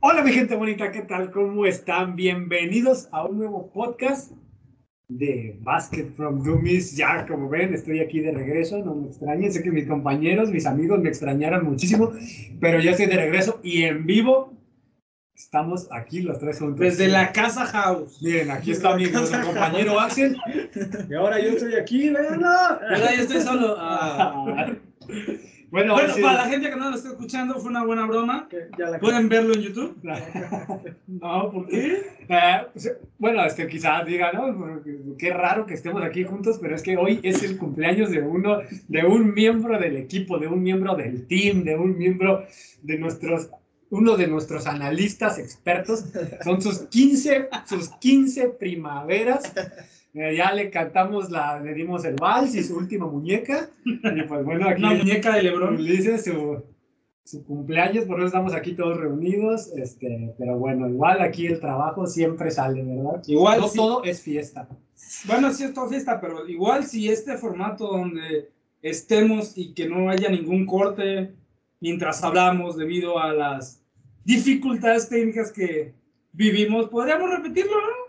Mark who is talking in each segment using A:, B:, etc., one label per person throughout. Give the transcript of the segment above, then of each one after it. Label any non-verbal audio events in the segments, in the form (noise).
A: Hola mi gente bonita, ¿qué tal? ¿Cómo están? Bienvenidos a un nuevo podcast de Basket from Dummies. Ya, como ven, estoy aquí de regreso, no me extrañen, sé que mis compañeros, mis amigos me extrañaron muchísimo, pero ya estoy de regreso y en vivo estamos aquí los tres juntos.
B: Desde Pues la casa house.
A: Miren, aquí está mi nuestro compañero Axel.
B: Y ahora yo estoy aquí, véanlo. (laughs) Ahora yo estoy solo.
A: (laughs)
B: Ah.
A: Bueno,
B: Bueno,
A: sí.
B: para la gente que no lo está escuchando, fue una buena broma.
C: Ya la
B: Pueden verlo en YouTube.
A: No, porque. eh, pues, bueno, es que quizás diga, ¿no? Porque Qué raro que estemos aquí juntos, pero es que hoy es el cumpleaños de uno, de un miembro del equipo, de un miembro del team, de un miembro de nuestros, uno de nuestros analistas expertos. Son sus 15, sus 15 primaveras. Eh, ya le cantamos la, le dimos el vals y su última muñeca. Y pues bueno, aquí.
B: Una muñeca de Lebron.
A: Ulises, su, su cumpleaños, por eso estamos aquí todos reunidos, este, pero bueno, igual aquí el trabajo siempre sale, ¿verdad?
B: Igual,
A: no
B: sí.
A: todo es fiesta.
B: bueno, sí es toda fiesta, pero igual si este formato donde estemos y que no haya ningún corte mientras hablamos debido a las dificultades técnicas que vivimos, podríamos repetirlo, ¿no?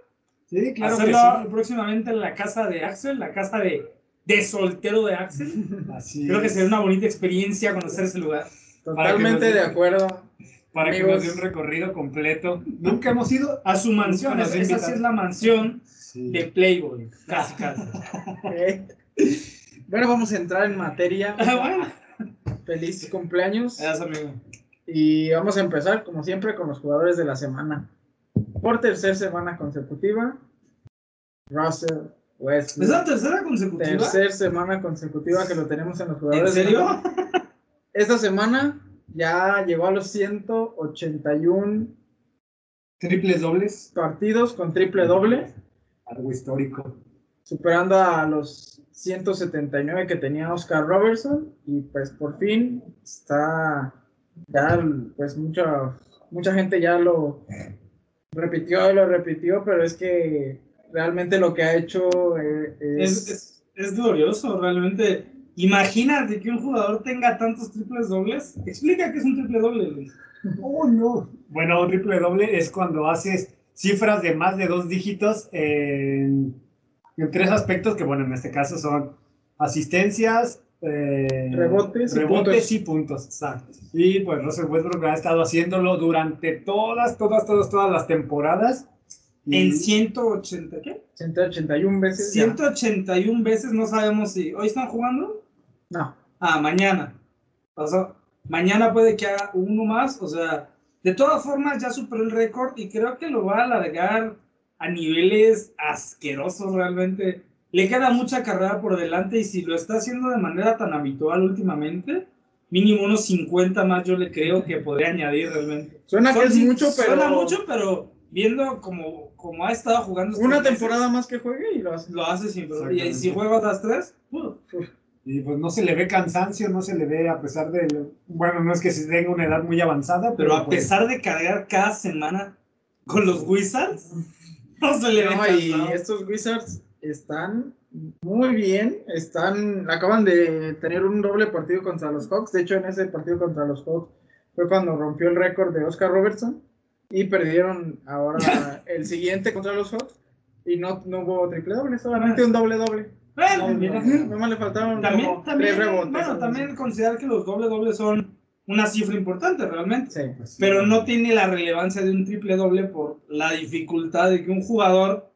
A: Sí, claro que
B: Hacerlo
A: sí.
B: próximamente en la casa de Axel, la casa de, de soltero de Axel.
A: Así
B: Creo que
A: es.
B: sería una bonita experiencia conocer ese lugar.
A: Para que
C: Totalmente
A: nos-
C: de acuerdo.
A: Para que nos dé
C: amigos.
A: un recorrido completo. Nunca hemos ido.
B: A su mansión,
A: Nunca nos
B: esa, esa sí
A: invitan.
B: es la mansión
A: Sí.
B: de Playboy, casi (laughs) casi.
C: Eh. Bueno, vamos a entrar en materia.
B: Ah, bueno,
C: Feliz cumpleaños.
B: gracias amigo.
C: Y vamos a empezar, como siempre, con los jugadores de la semana. Por tercera semana consecutiva, Russell
B: ¿Es la
C: Westbrook.
B: tercera consecutiva?
C: Tercera semana consecutiva que lo tenemos en los
B: ¿En
C: jugadores. de la
B: serio?
C: Esta semana ya llegó a los 181
A: Triples dobles.
C: partidos con triple doble.
A: Algo histórico.
C: superando a los 179 que tenía Oscar Robertson y pues por fin está ya pues mucha mucha gente ya lo repitió lo repitió pero es que realmente lo que ha hecho eh,
B: (laughs) Es,
C: es,
B: es, es glorioso, realmente. Imagínate que un jugador tenga tantos triples dobles. Explica qué es un triple doble. Luis.
A: Oh, no. Bueno, un triple doble es cuando haces cifras de más de dos dígitos en, en tres aspectos que, bueno, en este caso son asistencias, eh,
C: Rebotes y
A: rebotes y puntos. exacto. Y pues Russell Westbrook ha estado haciéndolo durante todas, todas, todas, todas las temporadas. Y-
B: En 180, ¿qué?
C: 181 veces ya.
B: 181 veces, no sabemos si hoy están jugando.
C: no
B: Ah, mañana. O sea, mañana puede que haga uno más. O sea, de todas formas ya superó el récord y creo que lo va a alargar a niveles asquerosos realmente. Le queda mucha carrera por delante y si lo está haciendo de manera tan habitual últimamente, mínimo unos 50 más yo le creo que podría añadir realmente.
C: suena que
B: Son
C: es
B: sí-
C: mucho pero
B: Suena mucho, pero viendo como, como ha estado jugando estos
C: una
B: meses,
C: temporada más que juegue y lo hace
B: lo hace sin problema. Y
A: Exactamente.
B: si juega otras tres, uh,
A: Y pues no se le ve cansancio, no se le ve a pesar de... lo- Bueno, no es que se tenga una edad muy avanzada, pero,
B: pero a
A: pues,
B: pesar de cargar cada semana con los Wizards, (laughs) no se le ve
C: No, y
B: cansado.
C: estos Wizards están muy bien, están, acaban de tener un doble partido contra los Hawks, de hecho en ese partido contra los Hawks fue cuando rompió el récord de Oscar Robertson y perdieron
B: (laughs)
C: ahora el siguiente contra los Hawks y no, no hubo triple doble, solamente un doble doble.
B: Bueno,
C: No,
B: mira,
C: más le faltaron
B: Ah. también,
C: como
B: también,
C: tres rebotes.
B: bueno, también considerar que los doble dobles son una cifra importante realmente,
C: Sí.
A: pues, sí.
B: pero no tiene la relevancia de un triple doble por la dificultad de que un jugador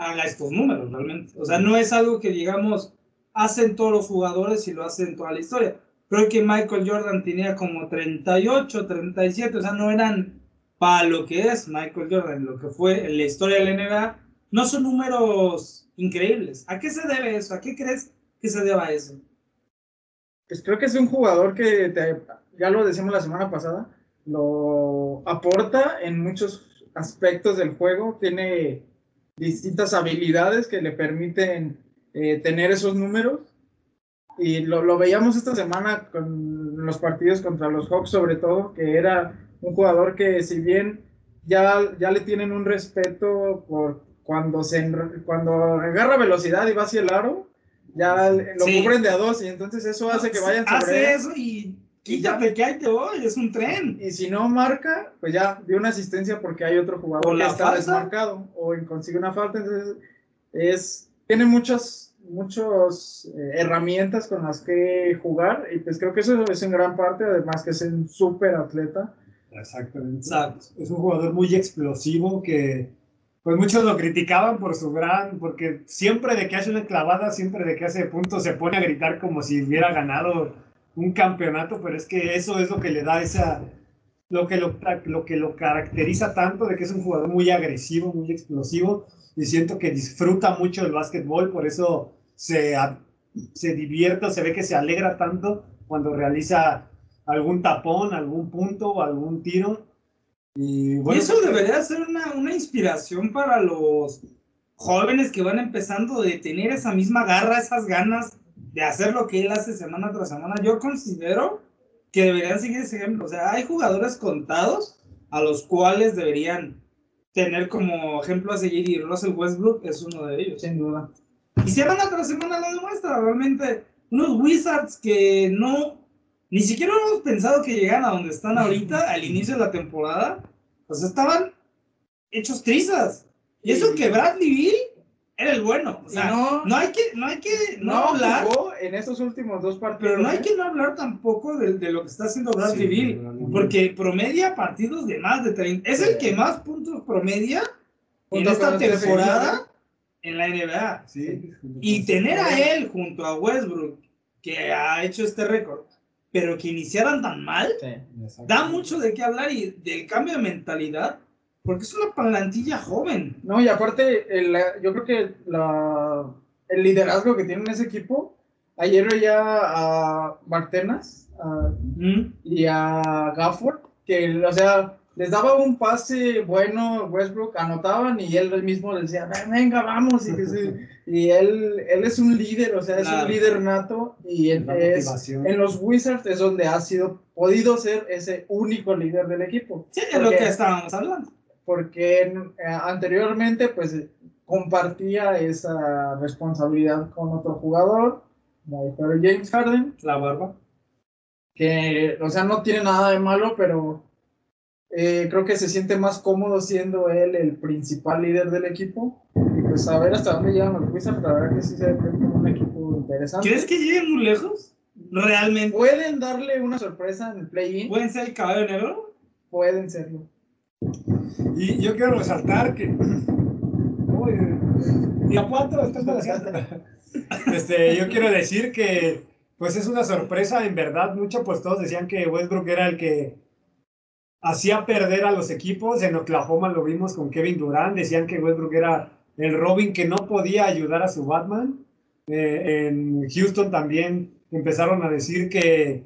B: haga estos números realmente. O sea, no es algo que digamos hacen todos los jugadores y lo hacen toda la historia. Creo que Michael Jordan tenía como 38, 37, o sea, no eran para lo que es Michael Jordan, lo que fue en la historia de la NBA, no son números increíbles. ¿A qué se debe eso? ¿A qué crees que se deba eso?
C: Pues creo que es un jugador que te- ya lo decíamos la semana pasada, lo aporta en muchos aspectos del juego, tiene distintas habilidades que le permiten eh, tener esos números. Y lo, lo veíamos esta semana con los partidos contra los Hawks, sobre todo, que era un jugador que si bien ya, ya le tienen un respeto por cuando, se, enr- cuando agarra velocidad y va hacia el aro, ya lo
B: Sí.
C: cubren de a dos y entonces eso hace que vayan sobre
B: Hace
C: él.
B: eso y Quítate que ahí te voy, es un tren.
C: Y si no marca, pues ya dio una asistencia porque hay otro
B: ¿O
C: jugador que
B: la
C: está
B: falta?
C: desmarcado o consigue una falta. Entonces, es, tiene muchas muchos, eh, herramientas con las que jugar y pues creo que eso es en gran parte, además que es un súper atleta.
A: Exactamente.
B: Exacto.
A: es un jugador muy explosivo que pues muchos lo criticaban por su gran, porque siempre de que hace una clavada, siempre de que hace puntos, se pone a gritar como si hubiera ganado un campeonato, pero es que eso es lo que le da esa, lo que lo, lo que lo caracteriza tanto de que es un jugador muy agresivo, muy explosivo, y siento que disfruta mucho el básquetbol, por eso se, a- se divierte, o se ve que se alegra tanto cuando realiza algún tapón, algún punto o algún tiro. Y, bueno,
B: y eso
A: pues,
B: debería ser una, una inspiración para los jóvenes que van empezando de tener esa misma garra, esas ganas de hacer lo que él hace semana tras semana. Yo considero que deberían seguir ese ejemplo. O sea, hay jugadores contados a los cuales deberían tener como ejemplo a seguir y Russell Westbrook es uno de ellos.
C: Sin duda.
B: Y semana tras semana lo demuestra realmente. Unos Wizards que no, ni siquiera hemos pensado que llegaran a donde están
C: (laughs)
B: ahorita al inicio de la temporada, pues estaban hechos trizas. Y eso que Bradley Bill era el bueno. O sea,
C: pues, Y
B: no,
C: no-
B: hay que, no hay que no,
C: Ah. No
B: hablar,
C: jugó en estos últimos dos partidos.
B: pero no hay
C: ¿eh?
B: que no hablar tampoco de, de lo que está haciendo Bradley
A: Sí,
B: Bill,
A: Bradley Beal.
B: porque promedia partidos de más de 30. Es el que más puntos promedia en
C: Junto
B: esta
C: con este
B: temporada
C: Felipe,
B: en la NBA.
A: Sí.
B: Y tener a él junto a Westbrook, que ha hecho este récord, pero que iniciaran tan mal,
C: ¿eh? sí.
B: da mucho de qué hablar y del cambio de mentalidad, porque es una plantilla joven.
C: No, y aparte, el, eh, yo creo que la- el liderazgo que tiene en ese equipo, ayer veía a Martenas a-
B: ¿Mm?
C: y a Gafford, que, o sea, les daba un pase bueno, Westbrook, anotaban y él mismo les decía, "Ven, venga, vamos. Y, que sí. Y él, él es un líder, o sea, es
B: Claro.
C: un líder nato y él
A: La
C: es-
A: motivación.
C: en los Wizards es donde ha sido, podido ser ese único líder del equipo
B: Sí, es lo
C: Porque-
B: que estábamos hablando.
C: porque en- eh, anteriormente pues eh, compartía esa responsabilidad con otro jugador, eh, pero James Harden,
B: La barba.
C: que o sea no tiene nada de malo, pero eh, creo que se siente más cómodo siendo él el principal líder del equipo. Y pues a ver hasta dónde llegan los Wizards, la verdad que sí se ve como un equipo interesante.
B: ¿Crees que lleguen muy lejos? ¿Realmente?
C: Pueden darle una sorpresa en el play-in,
B: ¿Pueden ser el caballo negro?
C: pueden serlo.
A: Y yo quiero resaltar que. (clears throat) Uy, y a cuatro, estás balanceando. Este, yo quiero decir que, pues es una sorpresa, en verdad, mucho, pues todos decían que Westbrook era el que hacía perder a los equipos. En Oklahoma lo vimos con Kevin Durant, decían que Westbrook era el Robin que no podía ayudar a su Batman. Eh, en Houston también empezaron a decir que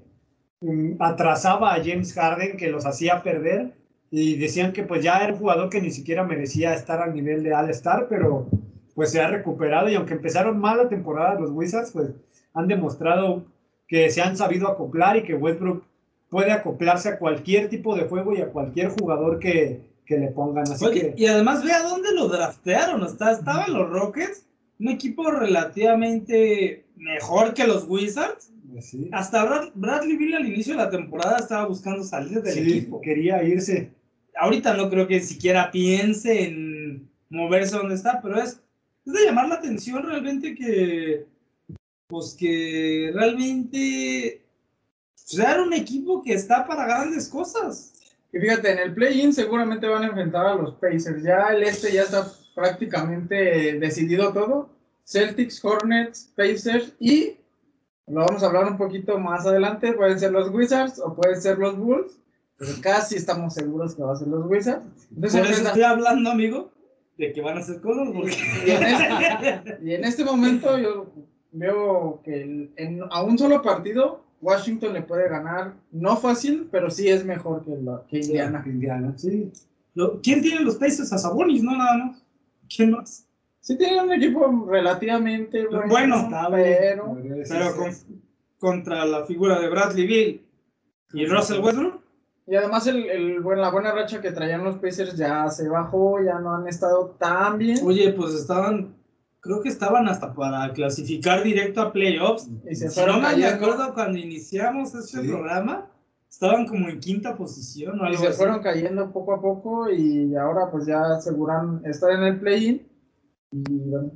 A: mm, atrasaba a James Harden, que los hacía perder y decían que pues ya era un jugador que ni siquiera merecía estar al nivel de All-Star, pero pues se ha recuperado y aunque empezaron mal la temporada los Wizards, pues han demostrado que se han sabido acoplar y que Westbrook puede acoplarse a cualquier tipo de juego y a cualquier jugador que, que le pongan. Así que
B: Oye, y además ve a dónde lo draftearon. o sea, estaban los Rockets, un equipo relativamente mejor que los Wizards.
A: pues, sí,
B: Hasta Brad- Bradley Bill al inicio de la temporada estaba buscando salir del
A: Sí,
B: equipo.
A: quería irse.
B: Ahorita no creo que siquiera piense en moverse donde está, pero es, es de llamar la atención realmente que, pues que realmente pues, era un equipo que está para grandes cosas.
C: Y fíjate, en el play-in seguramente van a enfrentar a los Pacers. Ya el este ya está prácticamente decidido todo. Celtics, Hornets, Pacers y lo vamos a hablar un poquito más adelante. Pueden ser los Wizards o pueden ser los Bulls. Pero casi estamos seguros que va a ser los Wizards. Entonces,
B: Por eso
C: enfrentan-
B: estoy hablando, amigo, de que van a hacer cosas. (laughs) porque-
C: y, en este, y en este momento yo veo que el- en- a un solo partido Washington le puede ganar. No fácil, pero sí es mejor que, la- que Indiana.
A: Indiana, sí.
B: Lo- ¿Quién tiene los países a Sabonis? No, nada más. ¿Quién más?
C: Sí tiene un equipo relativamente bueno,
B: Bueno,
C: pero
B: Pero con- contra la figura de Bradley Bill y Russell Westbrook.
C: y además el, el buen- la buena racha que traían los Pacers ya se bajó, ya no han estado tan bien.
B: Oye, pues estaban creo que estaban hasta para clasificar directo a playoffs.
C: Y se
B: Si no
C: fueron
B: me
C: cayendo.
B: acuerdo cuando iniciamos este
D: Sí.
B: programa, estaban como en quinta posición o
C: Y
B: algo
C: se
B: así.
C: fueron cayendo poco a poco y ahora pues ya aseguran estar en el play-in. Y bueno,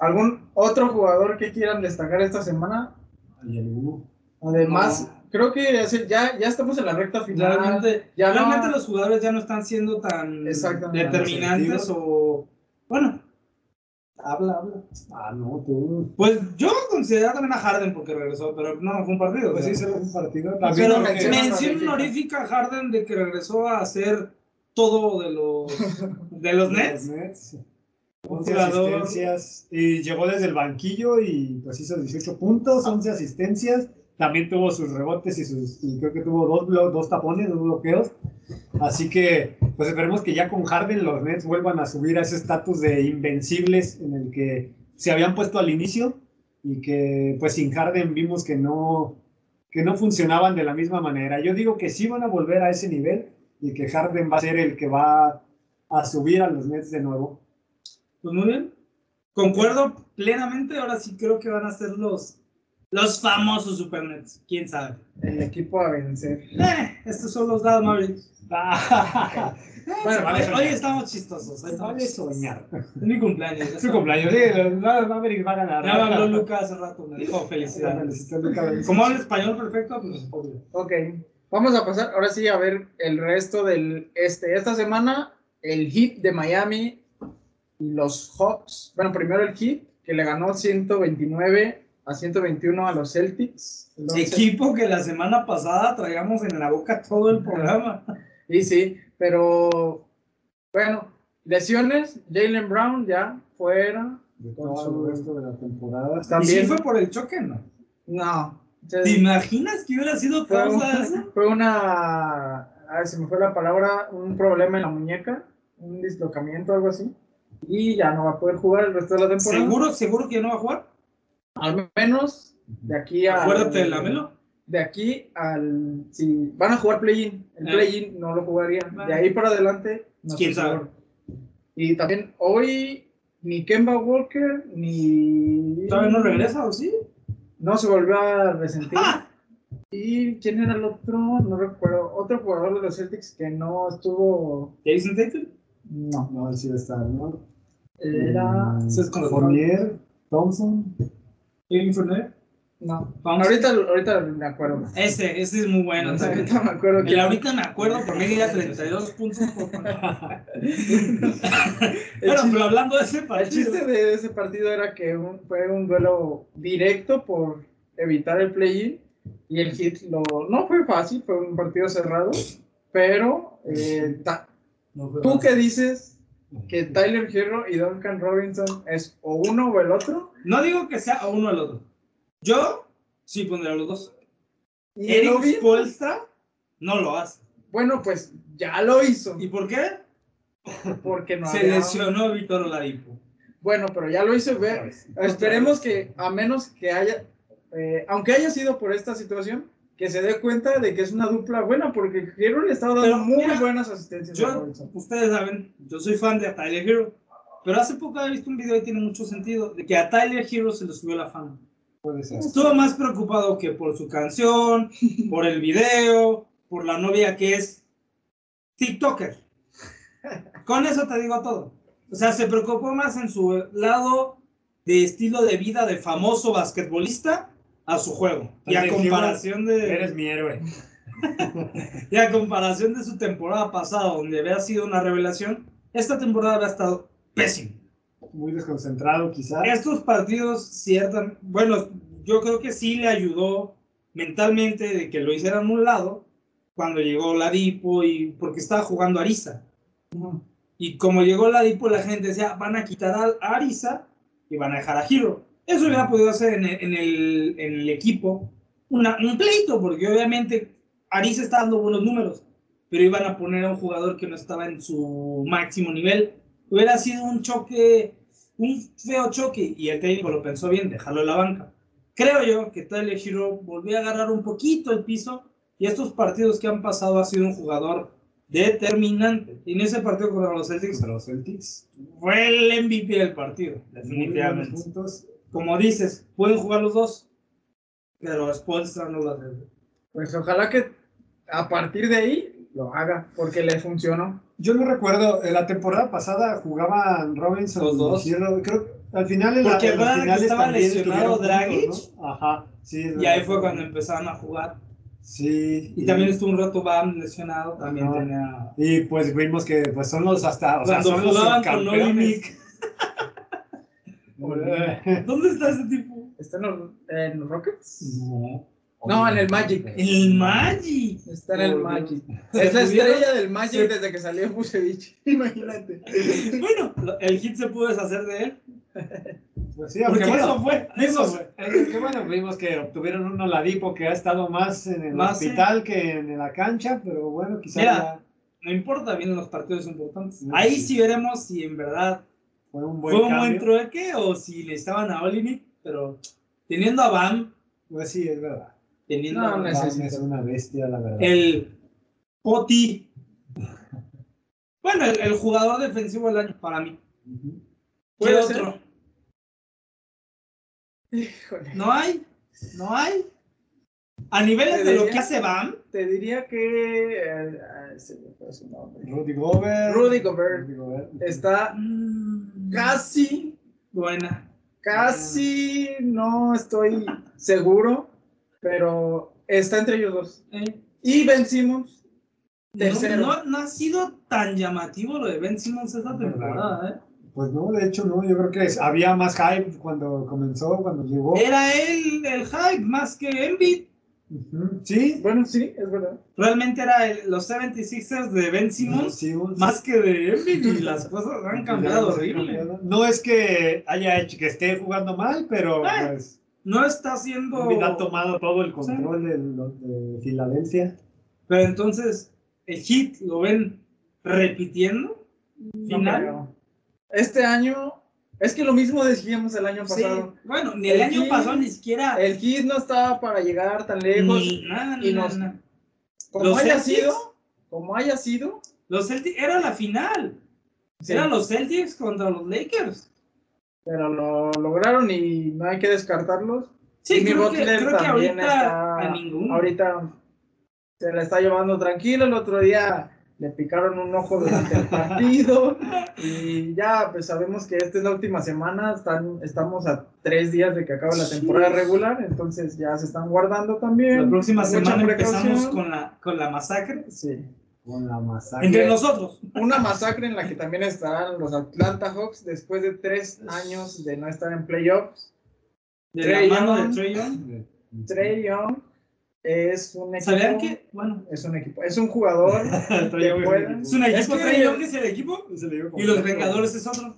C: ¿algún otro jugador que quieran destacar esta semana?
B: Ay, alguno.
C: Además,
B: No.
C: creo que así, ya, ya estamos en la recta final.
B: Realmente,
C: ya no-
B: realmente los jugadores ya no están siendo tan
C: Exactamente.
B: determinantes o... Bueno, habla, habla.
A: Ah, no, tú.
B: Pues yo consideraba también a Harden porque regresó, pero no, fue un partido.
A: Pues
B: o sea.
A: sí, se lo un partido.
C: Pero
A: También porque-
C: sí, me-
B: Mención honorífica a Harden de que regresó a hacer todo de
C: (laughs)
B: los, de los Nets.
A: Nets.
B: Un
A: 11
B: jugador.
A: asistencias. Y llegó desde el banquillo y pues hizo 18 puntos, 11 asistencias. También tuvo sus rebotes y, sus, y creo que tuvo dos, blo- dos tapones, dos bloqueos. Así que pues esperemos que ya con Harden los Nets vuelvan a subir a ese estatus de invencibles en el que se habían puesto al inicio y que pues sin Harden vimos que no, que no funcionaban de la misma manera. Yo digo que sí van a volver a ese nivel y que Harden va a ser el que va a subir a los Nets de nuevo.
B: Pues muy bien. Concuerdo plenamente. Ahora sí creo que van a ser los, los famosos Super Nets. Quién sabe.
C: El equipo a vencer.
B: Eh, estos son los Dallas Mavericks.
A: Ah,
B: (laughs)
C: Bueno,
B: Hoy-
A: vale soñar.
B: hoy estamos chistosos. hoy
A: Se
B: estamos
A: vale
B: chistosos.
A: soñar.
B: Es mi cumpleaños. ya
A: Es su
B: está.
A: cumpleaños, sí, los Mavericks van a
B: Ya
A: ganar.
B: me habló Luca hace rato. Me dijo felicidades.
A: Felicidades.
B: Como habla español perfecto, pues obvio.
C: Ok, vamos a pasar ahora sí a ver el resto del este. Esta semana el Heat de Miami y los Hawks. Bueno, primero el Heat que le ganó 129 a 121 a los Celtics. Entonces-
B: Equipo que la semana pasada traíamos en la boca todo el programa.
C: Sí, sí, pero bueno, lesiones, Jalen Brown ya fuera.
A: De todo el resto de la temporada.
B: ¿Y
C: También.
B: si fue por el choque, no?
C: No.
B: ¿Te
C: Entonces,
B: imaginas que hubiera sido
C: fue, un-
B: causa de eso?
C: fue una. ah, se me fue la palabra, un problema en la muñeca, un dislocamiento, algo así. Y ya no va a poder jugar el resto de la temporada.
B: ¿Seguro, seguro que ya no va a jugar?
C: Al menos de aquí a.
B: Acuérdate de la Melo.
C: De aquí al. Si van a jugar play-in, el
B: Eh.
C: play-in no lo jugarían.
B: Bueno.
C: De ahí para adelante, no
B: ¿Quién
C: estoy
B: sabe?
C: seguro. Y también hoy ni Kemba Walker ni.
B: ¿Todavía no regresa o sí?
C: No se volvió a resentir. ¿Y quién era el otro? No recuerdo. Otro jugador de los Celtics que no estuvo.
B: Jason Tatum.
C: No.
A: No, sí va a estar, ¿no?
C: Era.
A: Mm,
B: se desconoce.
A: Fournier, Thompson.
B: Kevin Fournier.
C: No.
B: Vamos.
C: Ahorita, ahorita me acuerdo.
B: Ese, ese es muy bueno. también.
C: ahorita me acuerdo
B: El
C: que.
B: ahorita me acuerdo por medio era 32 puntos por
C: (laughs) El
B: Bueno,
C: chiste-
B: pero hablando de ese
C: El
B: partido.
C: chiste de ese partido era que un- fue un duelo directo por evitar el play-in y el hit lo, no fue fácil, fue un partido cerrado, pero eh, ta-
B: No fue
C: tú
B: fácil.
C: que dices que Tyler Hero y Duncan Robinson es o uno o el otro.
B: No digo que sea a uno o al otro. Yo sí pondría a los dos.
C: Y el
B: Eric
C: Obi,
B: Spolstra no lo hace.
C: bueno, pues ya lo hizo,
B: ¿Y por qué?
C: porque no
B: Se
C: había-
B: lesionó Víctor Oladipo.
C: Bueno, pero ya lo hizo, ve- Esperemos que, a menos que haya, eh, aunque haya sido por esta situación, que se dé cuenta de que es una dupla buena, porque Hero le estaba dando
B: Pero
C: muy
B: mira,
C: buenas asistencias a
B: Yo,
C: Robinson.
B: ustedes saben, yo soy fan de a Tyler Hero, pero hace poco he visto un video y tiene mucho sentido de que a Tyler Hero se le subió la fama.
A: Puede ser.
B: Estuvo más preocupado que por su
A: (laughs)
B: canción, por el video, por la novia que es TikToker. Con eso te digo todo. O sea, se preocupó más en su lado de estilo de vida de famoso basquetbolista a su juego. Y a
A: Tyler Hero,
B: comparación de...
A: Eres mi héroe.
B: Y a comparación de su temporada pasada, donde había sido una revelación, esta temporada había estado pésimo.
A: Muy desconcentrado, quizás.
B: Estos partidos, cierta, bueno, yo creo que sí le ayudó mentalmente de que lo hicieran a un lado cuando llegó Ladipo y porque estaba jugando Ariza. Y como llegó Ladipo, la gente decía, van a quitar a- a Ariza y van a dejar a Hiro. Eso hubiera podido hacer en el, en el- en el equipo una- un pleito, porque obviamente Ariza está dando buenos números, pero iban a poner a un jugador que no estaba en su máximo nivel. Hubiera sido un choque, un feo choque, y el técnico lo pensó bien, dejarlo en la banca. Creo yo que Tyler Hero volvió a agarrar un poquito el piso, y estos partidos que han pasado ha sido un jugador determinante. Y en ese partido contra los Celtics
A: contra los Celtics.
B: fue el MVP del partido, definitivamente.
A: Muy buenos puntos.
B: Como dices, pueden jugar los dos, pero Spolstra no lo hace.
C: Pues ojalá que a partir de ahí lo haga, porque le funcionó.
A: Yo no recuerdo, en la temporada pasada jugaban Robinson
B: Los dos.
A: y Hero- creo que al final en la-
B: Porque
A: en los
B: acuérdate que
A: finales
B: estaba
A: también
B: lesionado
A: estuvieron juntos,
B: Dragic.
A: ¿no? Ajá, sí. es
B: Y ahí
A: verdad.
B: fue cuando empezaron a jugar.
A: Sí.
B: Y también estuvo un rato Bam lesionado, también
A: Ajá.
B: tenía...
A: Y pues vimos que pues son los hasta, o sea,
B: Cuando
A: son los
B: jugaban con
A: subcampeones.
B: Novi Mick.
A: Eh,
B: ¿Dónde está ese tipo?
C: ¿Está en los, en los Rockets?
B: No.
C: No, en el Magic.
B: El Magic.
C: Está en el
B: Por
C: Magic.
B: Se
C: Es la
B: pudieron-
C: estrella del Magic
B: se-
C: desde que salió Busevich. (laughs) Imagínate.
B: (laughs) Bueno, el hit se pudo deshacer de él.
A: pues sí, aunque
B: Porque
A: bueno,
B: eso fue.
A: Vimos,
B: Eso fue.
A: eh, que bueno, vimos que obtuvieron un Oladipo que ha estado más en el
B: Más,
A: hospital que en la cancha, pero bueno, quizás
B: Mira.
A: ya
B: No importa, vienen los partidos importantes.
A: Sí.
B: Ahí sí veremos si en verdad
A: fue un
B: fue
A: buen
B: un buen
A: cambio.
B: trueque o si le estaban a Olinick, pero teniendo a Bam,
A: Pues sí, es verdad.
B: teniendo
C: No,
B: a Bam,
C: no
A: Bam
C: Necesito.
A: es una bestia, la
B: Eh,
A: verdad.
B: el Poti. Bueno, el, el jugador defensivo del año para mí.
A: Ujú.
B: ¿Qué
C: ¿Puede ser?
B: otro?
C: Híjole.
B: ¿No hay? ¿No hay? A niveles de lo que hace Bam,
C: Te diría que. eh, ah, se me fue su nombre.
A: Rudy Gobert.
C: Rudy Gobert.
A: Rudy Gobert.
C: Está
B: mm,
C: casi,
B: buena.
C: casi, no estoy seguro, pero está entre ellos dos.
B: ¿eh?
C: Y Ben Simmons,
B: No,
C: Tercero.
B: no- no ha sido tan llamativo lo de Ben Simmons esta temporada, ¿eh?
A: Pues no, de hecho no, yo creo que es- había más hype cuando comenzó, cuando llegó.
C: Eh.
B: Era él el hype más que Embiid.
A: Ujú, Sí.
C: bueno, sí, es verdad.
B: Realmente era el- los 76ers de Ben Simmons
A: Sí, un-
B: más que de Embiid y las cosas han cambiado horrible.
A: No es que haya hecho que esté jugando mal, pero
B: Ah.
A: pues,
B: No está siendo...
A: Embiid ha tomado todo el control del- de Filadelfia.
B: Pero entonces, el hit lo ven repitiendo.
C: No
B: Final.
C: creo. Este año, es que lo mismo decíamos el año
B: Sí.
C: pasado.
B: Bueno, ni el,
C: El
B: año
C: Heat-
B: pasado ni siquiera...
C: El Heat no estaba para llegar tan lejos.
B: ni nada,
C: y
B: ni nada,
C: los-
B: nada.
C: como
B: los
C: haya
B: Celtics.
C: sido, como haya sido,
B: Los Celtics, era la final.
C: sí,
B: Eran los Celtics contra los Lakers.
C: pero lo lograron y no hay que descartarlos.
B: Sí,
C: Y mi
B: creo que,
C: Butler
B: creo que ahorita
C: también está-
B: a ninguno.
C: Ahorita se la está llevando tranquilo. El otro día le picaron un ojo durante el
B: (laughs)
C: partido. y ya, pues sabemos que esta es la última semana. Están, estamos a tres días de que acabe la temporada regular. Entonces ya se están guardando
B: La
C: también.
B: próxima
C: Mucha
B: semana empezamos
C: precaución.
B: con la, con la masacre.
C: Sí.
A: Con la masacre.
B: Entre nosotros.
C: Una masacre en la que también estarán los Atlanta Hawks después de tres años de no estar en playoffs.
B: De
C: Trey
B: la mano
C: Young.
B: de Trey Young.
A: (laughs)
C: Trey Young es un equipo.
B: ¿Sabían que? Bueno,
C: Es un equipo. Es un jugador.
A: Traía un
C: pueden-
A: equipo.
B: es un
C: Es
B: equipo,
C: que-
B: Trey Young es el equipo.
A: Se le dio
B: Y los
A: completo. (laughs)
B: Vengadores es otro.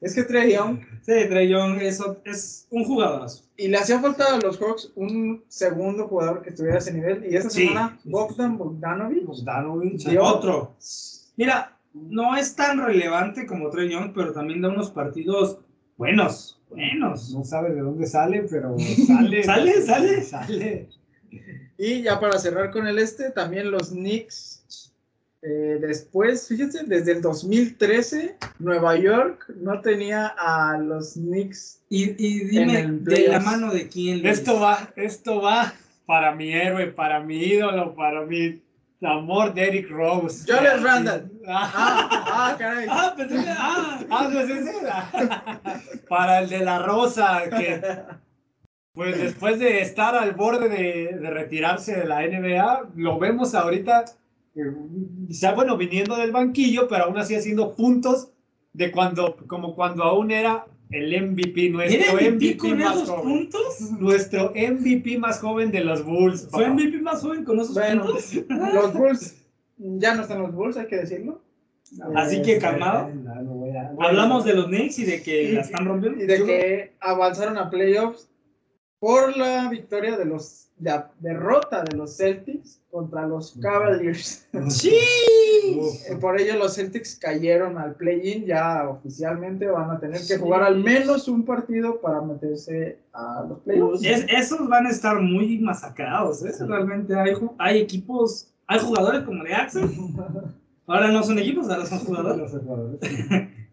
C: Es que Trey Young
B: Sí, Trey Young es, ot- es un jugadorazo.
C: Y le hacía falta a los Hawks un segundo jugador que estuviera a ese nivel. Y esta
B: Sí.
C: semana, Bogdan
A: Pues
C: Bogdanovic.
A: Bogdanovich.
C: Dio-
B: Otro. Mira, no es tan relevante como Trey Young, pero también da unos partidos buenos. Buenos.
A: No sabe de dónde sale,
B: (laughs)
A: pero sale.
B: Sale, sale.
A: Sale.
C: Y ya para cerrar con el este, también los Knicks. Eh, después, fíjense, desde el 2013, Nueva York no tenía a los Knicks.
B: Y, y
C: En
B: dime,
C: el
B: de la
C: playoffs.
B: mano de quién. Luis?
A: Esto va, esto va para mi héroe, para mi ídolo, para mi amor de Eric Rose.
C: Julius Randle.
A: Ah,
C: Ah, ah,
A: (laughs)
C: caray.
B: Ah, pensé que. Ah,
A: ah, pues ese era. ah. Para el de la Rosa, que pues después de estar al borde de, de retirarse de la NBA, lo vemos ahorita, eh, quizá bueno, viniendo del banquillo, pero aún así haciendo puntos de cuando, como cuando aún era el MVP,
B: ¿Era
A: nuestro
B: MVP
A: MVP
B: con
A: más
B: esos
A: joven.
B: puntos?
A: Nuestro MVP más joven de los Bulls.
B: ¿Fue
A: papá.
B: MVP más joven con esos
C: Bueno.
B: puntos? (laughs)
C: Los Bulls. Ya no están los Bulls, hay que decirlo.
B: Así que calmado.
A: No, no voy a-
B: Hablamos de los Knicks y de que la están rompiendo.
C: Y de que avanzaron a playoffs por la victoria de los. La derrota de los Celtics contra los Cavaliers. (laughs)
B: ¡Sí!
A: Uf.
C: Eh, Por ello los Celtics cayeron al play-in, ya oficialmente van a tener que jugar al menos un partido para meterse a los playoffs.
B: Es- esos van a estar muy masacrados, ¿eh? Realmente hay, ju- hay equipos Hay jugadores como de Axel. Ahora no son equipos, ahora son jugadores.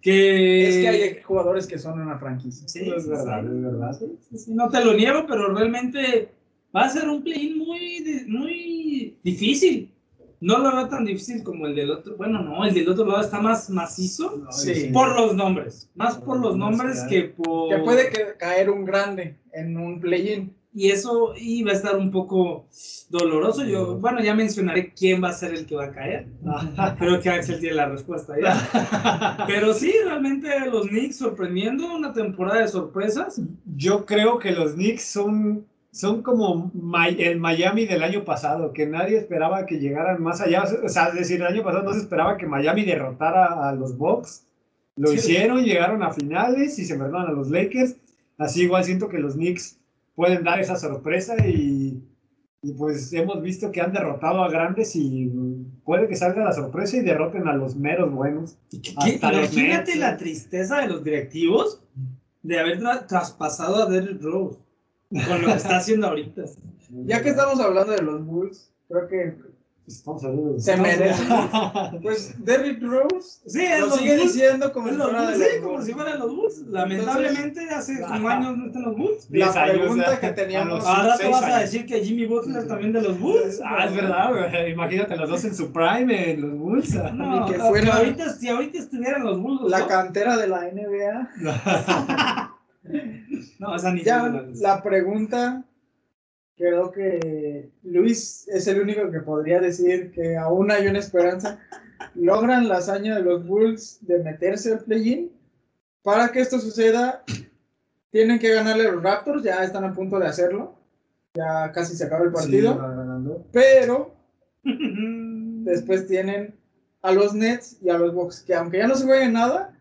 B: Que...
C: Es que hay jugadores que son una franquicia.
B: Sí,
A: Es verdad, es verdad.
B: Sí, sí, sí, no te lo niego, pero realmente va a ser un play-in muy, di- muy difícil. No lo veo tan difícil como el del otro. Bueno, no, el del otro lado está más macizo
C: Sí.
B: por los nombres. Más por los nombres que por...
C: Que puede que- caer un grande en un play-in.
B: Y eso iba a estar un poco doloroso. Yo, bueno, ya mencionaré quién va a ser el que va a caer.
A: Ah.
B: Creo que Axel tiene la respuesta ya.
C: (laughs)
B: Pero sí, realmente los Knicks sorprendiendo, una temporada de sorpresas.
A: Yo creo que los Knicks son, son como Mi- el Miami del año pasado, que nadie esperaba que llegaran más allá. O sea, es decir, el año pasado no se esperaba que Miami derrotara a los Bucks. Lo
B: Sí.
A: hicieron, llegaron a finales y se enfrentaron a los Lakers. Así igual siento que los Knicks pueden dar esa sorpresa y, y pues hemos visto que han derrotado a grandes y puede que salga la sorpresa y derroten a los meros buenos. Hasta los
B: Imagínate
A: Nets.
B: la tristeza de los directivos de haber tra- traspasado a Derrick Rose con lo que está haciendo ahorita.
C: Ya que estamos hablando de los Bulls, creo que
A: Estamos hablando de-
C: se merece.
A: (laughs)
C: Pues Derrick Rose
B: Sí, es
C: lo
B: los
C: sigue
B: Bulls,
C: diciendo como
B: es
C: si
B: los
C: fuera
B: Bulls,
C: de
B: sí,
C: los
B: como
C: Bulls.
B: si fueran los Bulls. Lamentablemente hace como
A: Ajá.
B: años no están los Bulls.
C: La
A: 10 años,
C: pregunta
A: ¿verdad?
C: que teníamos.
A: A los
B: Ahora te
A: seis
B: vas a
A: años.
B: decir que Jimmy Butler también de los Bulls.
A: Ah, es verdad, güey. imagínate los dos en su prime, en los Bulls.
B: No,
C: Ni que
B: o sea,
C: fuera-
B: ahorita, si ahorita estuvieran los Bulls.
C: La
B: ¿no?
C: cantera de la NBA.
B: No, esa ni
C: Ya
B: siquiera-
C: la pregunta, creo que Luis es el único que podría decir que aún hay una esperanza. ¿Logran la hazaña de los Bulls de meterse al play-in? Para que esto suceda, tienen que ganarle a los Raptors, ya están a punto de hacerlo, ya casi se acaba el partido, pero después tienen a los Nets y a los Bucks, que aunque ya no se jueguen nada,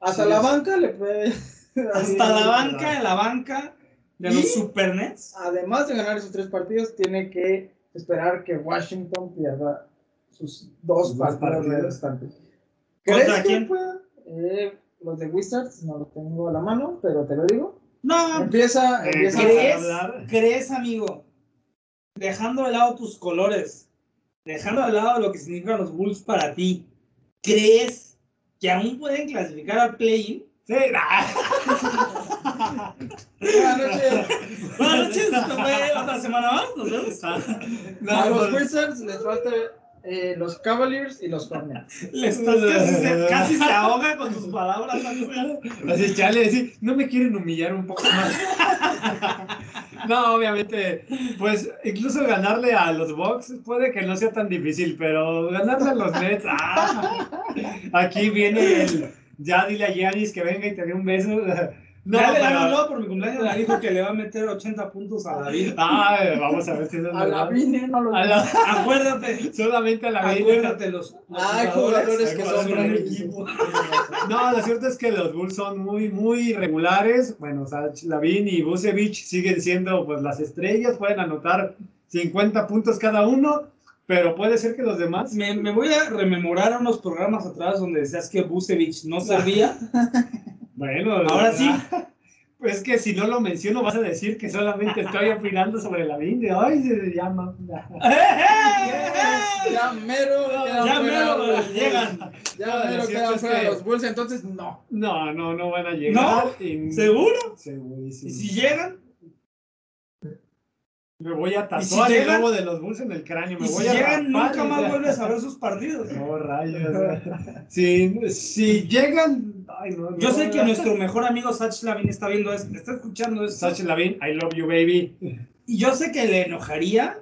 C: hasta
B: Sí,
C: la
B: es-
C: banca le puede... (laughs)
B: Hasta la banca de la banca de
C: ¿Y? Ah.
B: los Supernets.
C: además de ganar esos tres partidos, tiene que esperar que Washington pierda sus dos
A: Sus dos
C: partidos
A: partidos.
C: restantes.
B: ¿Contra
C: ¿Crees que
B: quién?
C: pueda? Eh, los de Wizards, no los tengo a la mano, pero te lo digo.
B: No,
C: Empieza,
A: Eh,
C: empieza
A: ¿crees?
B: ¿crees, amigo? Dejando de lado tus colores, dejando de lado lo que significan los Bulls para ti, ¿crees que aún pueden clasificar al play-in?
A: Sí, nah.
C: Buenas noches.
B: Buenas noches, esto fue otra semana más, nos vemos.
A: No,
C: A los
A: no.
C: Wizards les falta eh, los Cavaliers y los Hornets.
B: Les estás- casi, se, casi se ahoga con sus palabras. amigo.
A: Así, chale, así, no me quieren humillar un poco más. (laughs) No, obviamente, pues incluso ganarle a los Bucks puede que no sea tan difícil, pero ganarle a los Nets, ah. aquí viene el, ya dile a Giannis que venga y te dé un beso. No,
B: ya le
A: pero-
B: ganó, no, por mi cumpleaños le dijo que le va a meter 80 puntos a
A: (laughs)
B: David.
A: Ay, Ah, vamos a ver si eso es
C: A la
A: verdad.
C: Vine no los
A: A la-
B: Acuérdate,
A: Solamente a la vida.
B: acuérdate los, los
C: Hay jugadores que son
B: un
C: franquicias.
A: No, lo cierto es que los Bulls son muy, muy irregulares. Bueno, Sach, Lavin y Busevich siguen siendo pues las estrellas, pueden anotar 50 puntos cada uno, pero puede ser que los demás.
B: Me, me voy a rememorar a unos programas atrás donde decías que Busevich no servía.
A: Bueno,
B: Ahora sí.
A: Pues es que si no lo menciono, vas a decir que solamente estoy opinando sobre Lavin. De, Ay, se llama.
C: Ya mero, quedan
B: Ya
C: fuera
B: mero
C: los Bulls.
B: llegan.
C: Ya
A: Lo
C: mero
A: cierto
C: quedan
A: es
C: fuera
A: que-
C: los Bulls, entonces no.
A: No, no, no van a llegar. Y-
B: ¿Seguro?
A: Segurísimo.
B: ¿Y si llegan?
A: Me voy a tatuar
B: ¿Y si
A: el
B: llegan?
A: logo de los Bulls en el cráneo. Me
B: ¿Y si
A: voy a
B: llegan
A: rapar
B: nunca
A: y ya.
B: más vuelves a ver sus
A: (laughs)
B: partidos?
A: No, (laughs) rayos. si, si llegan. Ay, no,
B: Yo
A: no,
B: sé que
A: no.
B: nuestro mejor amigo Sach Lavin está viendo esto, está escuchando esto.
A: Sacha Lavin, I love you, baby.
B: Y yo sé que le enojaría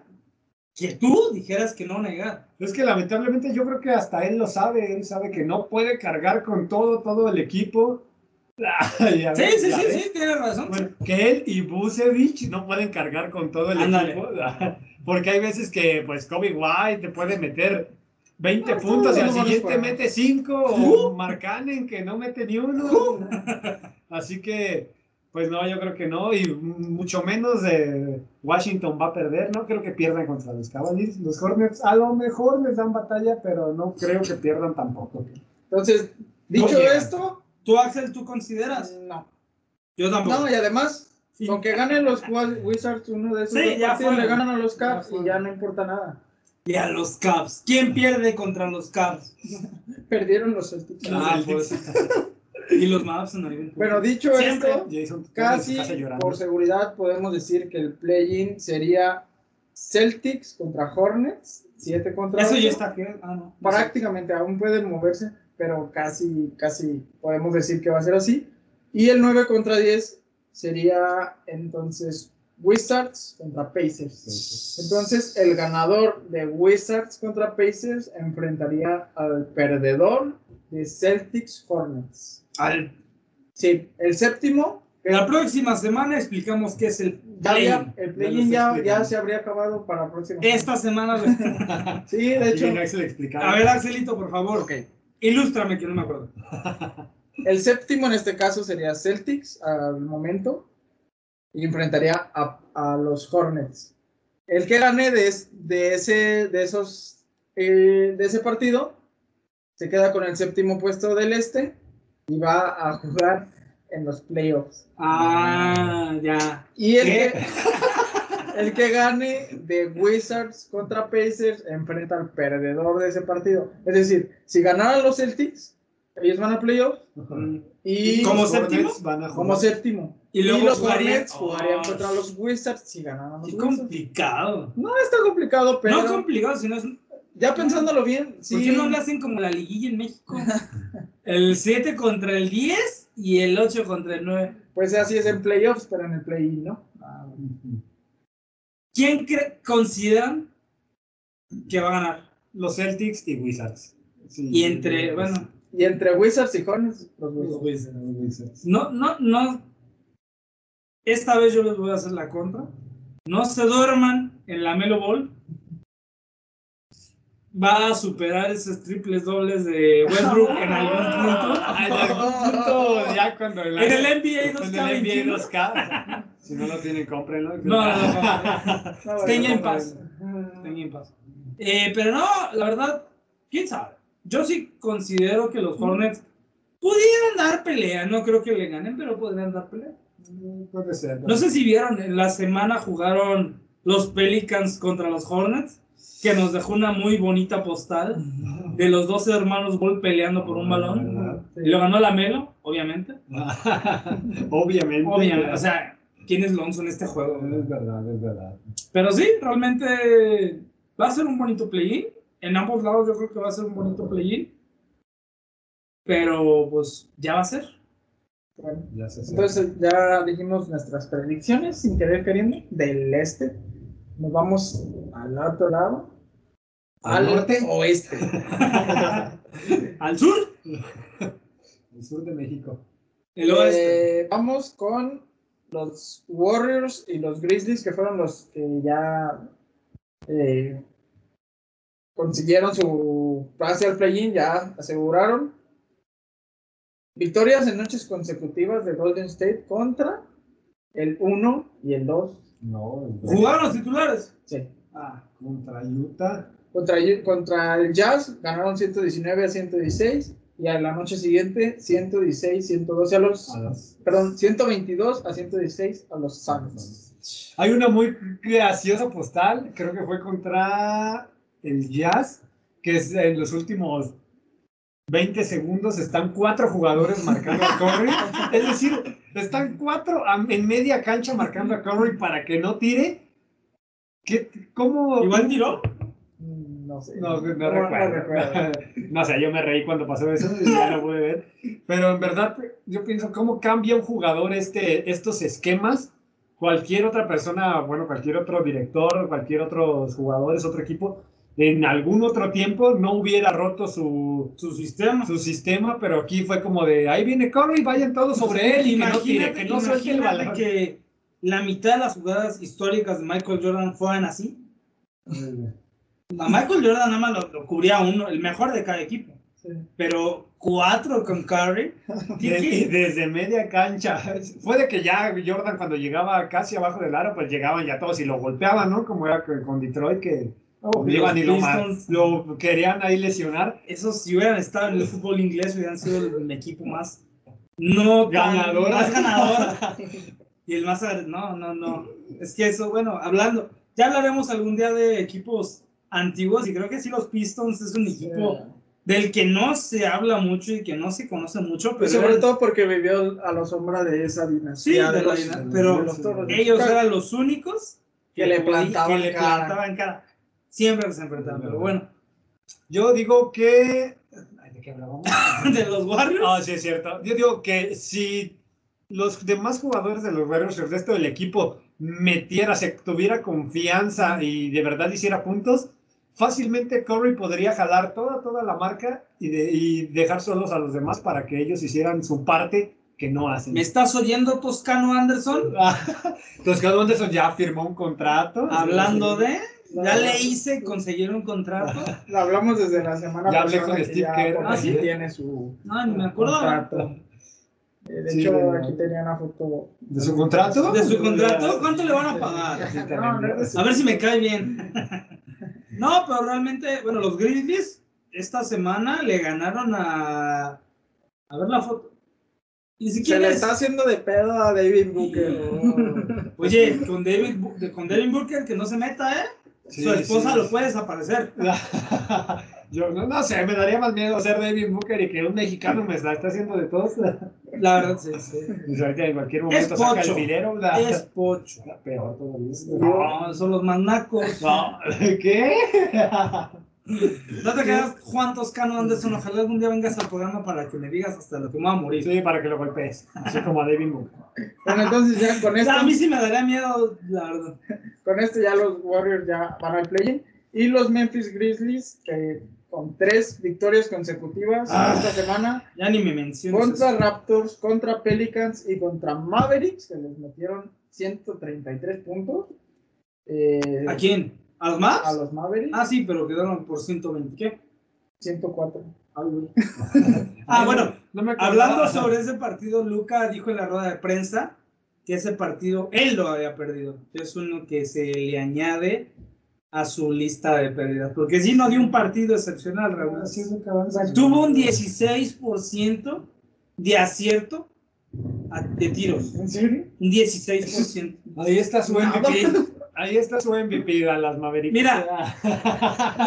B: que tú dijeras que no negar.
A: Es que lamentablemente yo creo que hasta él lo sabe. Él sabe que no puede cargar con todo, todo el equipo. (laughs) Ay, ya
B: Sí,
A: ves,
B: sí,
A: ya
B: sí,
A: ves.
B: sí, tienes razón.
A: Bueno, que él y Busevich no pueden cargar con todo el
B: Ándale.
A: equipo. (laughs) Porque hay veces que, pues, Kobe White te puede meter 20
C: No,
A: puntos y al
C: no, no, no,
A: siguiente
C: no.
A: mete 5. O Marcanen, que no mete ni uno. Así que, pues, no, yo creo que no. Y mucho menos eh, Washington va a perder. No creo que pierdan contra los Cavaliers. Los Hornets a lo mejor les dan batalla, pero no creo que pierdan tampoco.
C: Entonces, dicho
A: llegan.
C: esto,
B: Tú, Axel, tú consideras.
C: no.
B: Yo tampoco.
C: No, y además,
B: Sí.
C: aunque ganen los Wa- Wizards uno de esos,
B: Sí,
C: dos
B: ya
C: partidos,
B: fueron.
C: le ganan a los Caps
B: Ya fueron.
C: y ya no importa nada.
B: Y a los Caps. ¿Quién pierde contra los Caps?
D: Perdieron los Celtics.
B: Ah, pues. y los Maps en algún punto.
C: Bueno, dicho
A: Siempre
C: esto,
B: pues,
A: Jason Tatum
C: casi
A: en su casa llorando.
C: por seguridad podemos decir que el play-in sería Celtics contra Hornets, 7 contra
B: Eso
C: ocho.
B: ya está. ¿qué? Ah, no.
C: Prácticamente aún pueden moverse, pero casi, casi podemos decir que va a ser así. Y el 9 contra 10 sería entonces Wizards contra Pacers. Entonces el ganador de Wizards contra Pacers enfrentaría al perdedor de Celtics Hornets.
B: Al-
C: Sí, el séptimo
B: la próxima semana explicamos qué es el.
C: Ya había-
B: play-in.
C: el play-in
A: Ya los
C: ya, ya
A: explican.
C: se habría acabado para la próxima.
B: Esta semana. lo-
C: Sí, de
A: Sí,
C: hecho,
A: no se le explicaba.
B: A ver, Axelito, por favor. Ilústrame que no me acuerdo.
C: el séptimo en este caso sería Celtics al momento y enfrentaría a, a los Hornets. El que gane de, es- de ese, de, esos, eh, de ese partido se queda con el séptimo puesto del este y va a jugar en los playoffs.
B: Ah, ya.
C: Y el,
B: ¿Qué?
C: que, el que (laughs) gane de Wizards contra Pacers enfrenta al perdedor de ese partido. Es decir, si ganaran los Celtics, ellos van a playoffs
A: Ujú.
C: y
B: ¿Cómo
A: Los
B: se- séptimo?
A: Hornets Van a
C: como
A: jugar.
C: séptimo.
B: Y luego
C: los
B: jugarían-
C: Hornets jugarían
B: Oh,
C: contra los Wizards si ganaran los
B: Qué
C: Wizards.
B: complicado.
C: No está complicado, pero
B: No es complicado, sino es. ¿Por
C: ya pensándolo bien,
B: qué
C: sí,
B: no le hacen como la liguilla en México? El 7 contra el 10 y el 8 contra el 9.
C: pues así es en playoffs, pero en el play-in, ¿no? Ah,
A: Ujú.
B: ¿Quién cre- consideran que va a ganar?
A: Los Celtics y Wizards. Sí.
B: Y entre, bueno,
C: Y entre Wizards y Hornets, los
A: Los
C: Wizards.
A: Wizards, los Wizards.
B: no, no, no. Esta vez yo les voy a hacer la contra. No se duerman en la Melo Ball. Va a superar esos triples dobles de Westbrook en algún
A: (laughs)
B: punto. (laughs)
A: Ah, en algún punto, ya cuando la-
B: En el NBA
A: cuando
B: 2K
A: el NBA
B: 21. (laughs)
A: 2K. Si no lo tienen, cómprenlo.
B: No, no, no, no.
C: No, Ah, bueno,
B: Tenía en
C: no,
B: paz.
C: no.
B: Tenía en paz. Eh, pero no, la verdad, quién sabe. Yo sí considero que los Hornets pudieran dar pelea. No creo que le ganen, pero podrían dar pelea.
A: Puede ser.
B: No sé si vieron, en la semana jugaron los Pelicans contra los Hornets, que nos dejó una muy bonita postal de los 12 hermanos Ball peleando por un balón. Y lo ganó la Melo, obviamente.
A: (laughs) Obviamente.
B: Obviamente. O sea, ¿quién es Lonzo en este juego?
A: es verdad, es verdad.
B: Pero sí, realmente va a ser un bonito play-in. En ambos lados yo creo que va a ser un bonito play-in. Pero pues ya va a ser.
C: Bueno.
A: Ya se sabe.
C: Entonces ya dijimos nuestras predicciones sin querer queriendo del este. Nos vamos al otro lado.
A: Al norte.
B: (laughs)
C: oeste.
B: Al sur,
A: El sur de México.
B: el oeste.
C: Eh, vamos con los Warriors y los Grizzlies que fueron los que ya eh, consiguieron su pase al play-in, ya aseguraron. Victorias en noches consecutivas de Golden State contra el 1 y el 2.
A: No, el de-
B: Jugaron los titulares.
C: Sí.
B: Ah,
A: contra Utah.
C: Contra, contra el Jazz ganaron 119 a 116 y a la noche siguiente 116 112 a los
A: A las-
C: perdón 122 a 116 a los Suns.
A: Hay una muy graciosa postal, creo que fue contra el Jazz, que es en los últimos 20 segundos están cuatro jugadores marcando a Curry. Es decir, están cuatro a- en media cancha marcando a Curry para que no tire. ¿Qué, ¿Cómo?
B: Igual tiró.
C: Mm, No sé.
A: No, no recuerdo. No, o sea, yo me reí cuando pasó eso, y ya lo pude ver. Pero en verdad, yo pienso, ¿cómo cambia un jugador este, estos esquemas? Cualquier otra persona, bueno, cualquier otro director, cualquier otro jugador, es otro equipo, en algún otro tiempo no hubiera roto su,
B: Su sistema.
A: su sistema, pero aquí fue como de, ahí viene Curry, vayan todos sobre él y que no tire, que no suelte el
B: imagínate
A: balón.
B: que la mitad de las jugadas históricas de Michael Jordan fueran así.
A: Mm.
B: A Michael Jordan nada más lo, lo cubría uno, el mejor de cada equipo.
C: Sí.
B: Pero cuatro con Curry. ¿qué-
A: Desde,
B: qué?
A: desde media cancha. Puede que ya Jordan cuando llegaba casi abajo del aro, pues llegaban ya todos y lo golpeaban, ¿no? Como era con con Detroit, que
C: Oh,
A: iban y lo, ma-
B: Pistons.
A: lo querían ahí lesionar.
B: Esos, si hubieran estado en el fútbol inglés, hubieran sido el, el equipo más no tan-
A: Ganador.
B: más
A: (laughs)
B: ganador. y el más agre- no, no, no. Es que eso, bueno, hablando, ya hablaremos algún día de equipos antiguos y creo que sí los Pistons es un equipo del que no se habla mucho y que no se conoce mucho, pero
C: Y sobre
B: eran-
C: todo porque vivió a la sombra de esa dinastía.
B: Sí, de la
C: los-
B: dina-
C: de
B: pero
C: los toros de
B: ellos
C: Chicago.
B: eran los únicos
C: Que le
B: podían-
C: plantaban
B: que le
C: cara.
B: plantaban cara. Siempre se enfrentaban, pero bueno, (laughs)
A: Yo digo que. Ay, ¿De qué hablábamos?
B: de los Warriors.
A: Ah, sí, es cierto. Yo digo que si los demás jugadores de los Warriors, el resto del equipo, metiera, se tuviera confianza y de verdad hiciera puntos, fácilmente Curry podría jalar toda, toda la marca y, de- y dejar solos a los demás para que ellos hicieran su parte que no hacen.
B: ¿Me estás oyendo, Toscano Anderson?
A: (laughs) Los Cadu Anderson ya firmó un contrato.
B: Ah, Hablando de. Ya
C: No,
B: le hice conseguir un contrato.
C: Lo hablamos desde la semana
A: Ya hablé
C: pasada.
A: con
C: que
A: Steve
C: ya
A: Kerr.
C: por
B: Ah,
C: fin
B: ¿sí?
C: tiene su
B: No, ni me acuerdo. Ah.
C: contrato. Eh, De
A: Sí,
C: hecho,
A: de-
C: aquí tenía una foto.
A: ¿De su contrato?
B: De su contrato, ¿cuánto le van a pagar?
C: No, no es de su-
B: A ver si me cae bien. (laughs) No, pero realmente, bueno, los Grizzlies esta semana le ganaron a. A ver la foto. Ni
C: Se le
B: siquiera es.
C: está haciendo de pedo a David Booker.
B: Oye, con David, Bu- de- con Devin Booker que no se meta, ¿eh?
A: Sí,
B: (laughs) Su esposa
A: sí.
B: lo puede desaparecer.
A: (laughs) Yo no, no sé, me daría más miedo ser David Booker y que un mexicano me la está haciendo de todos.
B: La verdad, sí, sí.
A: Y ahorita en cualquier momento
B: Es
A: saca
B: pocho.
A: el dinero. la-
B: Es pocho.
A: la peor todavía.
B: No, son los manacos.
A: No, (laughs) ¿qué?
B: No te creas, Juan Toscano Anderson. Ojalá algún día vengas al programa para que me digas hasta lo que me va a morir.
A: Sí, para que lo golpees. Así como a David Booker.
C: Bueno, entonces
B: (laughs)
C: ya con
B: O
C: esto,
B: sea, a mí sí me daría miedo, la verdad.
C: con esto ya los Warriors ya van al play y los Memphis Grizzlies que con tres victorias consecutivas
A: Ah.
C: esta semana
B: Ya ni me mencionas.
C: contra Raptors, contra Pelicans y contra Mavericks que les metieron 133 puntos eh,
B: ¿A quién? ¿A los más?
C: a los Mavericks
B: Ah, sí, pero quedaron por 120. ¿Qué?
C: 104.
B: Ay, güey. ah, bueno,
A: No me acordaba.
B: hablando sobre ese partido, Luca dijo en la rueda de prensa que ese partido él lo había perdido. que Es uno que se le añade a su lista de pérdidas. Porque sí no dio un partido excepcional, Raúl.
C: Ah,
B: Tuvo un 16% de acierto a- de tiros.
C: ¿En serio?
B: Un 16%.
A: Ahí está su MVP.
B: Nada.
A: Ahí está su MVP a las Mavericks. (laughs)
B: Mira,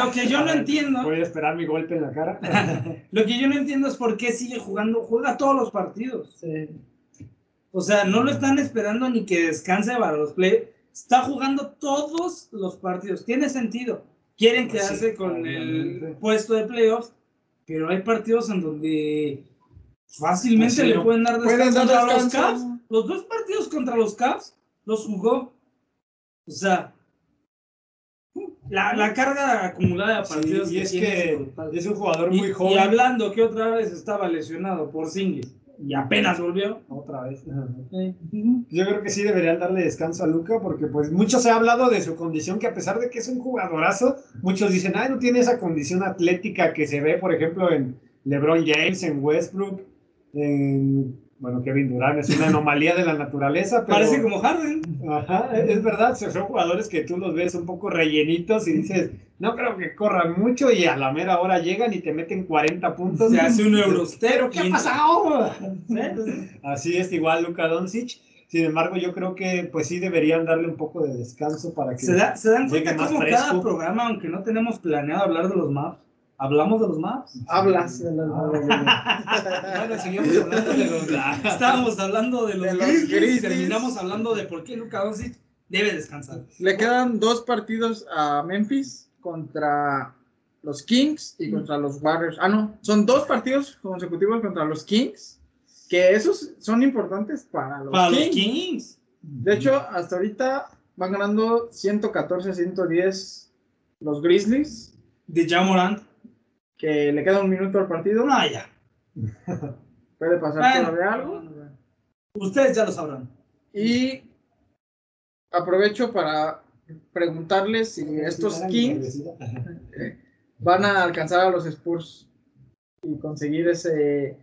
B: Lo que yo no entiendo.
A: Voy a esperar mi golpe en la
B: (laughs)
A: cara.
B: Lo que yo no entiendo es por qué sigue jugando, juega todos los partidos.
C: Sí.
B: O sea, no lo están esperando ni que descanse para los play. Está jugando todos los partidos. Tiene sentido. Quieren
A: Pues sí,
B: quedarse con el
A: obviamente.
B: puesto de playoffs, pero hay partidos en donde fácilmente
A: Pues sí,
B: le
A: no.
B: pueden dar
C: Pueden
B: descanso.
C: dar
B: Contra los
C: descanso.
B: Cavs, los dos partidos contra los Cavs los jugó. O sea, la, la carga acumulada de
A: Sí,
B: partidos.
A: y es
B: tiene
A: que
B: brutal.
A: es un jugador muy
B: Y-
A: joven.
B: Y hablando que otra vez estaba lesionado por Singles y apenas volvió.
A: Otra vez.
B: eh,
A: Yo creo que sí deberían darle descanso a Luca porque pues mucho se ha hablado de su condición que a pesar de que es un jugadorazo, muchos dicen, ay, no tiene esa condición atlética que se ve, por ejemplo, en LeBron James, en Westbrook, en... Bueno, Kevin Durant es una anomalía de la naturaleza, pero...
B: Parece como Harden.
A: Ajá, es es verdad, se- son jugadores que tú los ves un poco rellenitos y dices, no creo que corran mucho y a la mera hora llegan y te meten 40 puntos.
B: Se hace un
A: ¿Pero
B: eurostero.
A: qué ha pasado?
B: ¿Eh?
A: Así es, igual Luka Doncic. Sin embargo, yo creo que pues sí deberían darle un poco de descanso para que...
B: ¿Se, da- se dan
A: Llegue
B: cuenta
A: más
B: como
A: fresco.
B: cada programa, aunque no tenemos planeado hablar de los maps, hablamos de los maps.
C: Hablas de los
B: Ah. (laughs)
A: Bueno, seguimos hablando de los...
B: Estábamos hablando de los,
C: De los
B: Grizzlies y
C: Grizzlies.
B: terminamos hablando de por qué Luka Doncic debe descansar.
C: Le quedan dos partidos a Memphis contra los Kings
B: Mm.
C: y contra los Warriors. Ah, no, son dos partidos consecutivos contra los Kings, que esos son importantes para los,
B: Para los
C: Kings.
B: Kings.
C: (laughs) De hecho, hasta ahorita van ganando 114-110 los Grizzlies,
B: De Jamorant.
C: que le queda un minuto al partido.
B: No, ya.
C: Puede pasar
B: Ah, Bueno.
C: todavía algo.
B: Ustedes ya lo sabrán.
C: Y aprovecho para preguntarles si estos Kings van a alcanzar a los Spurs y conseguir ese,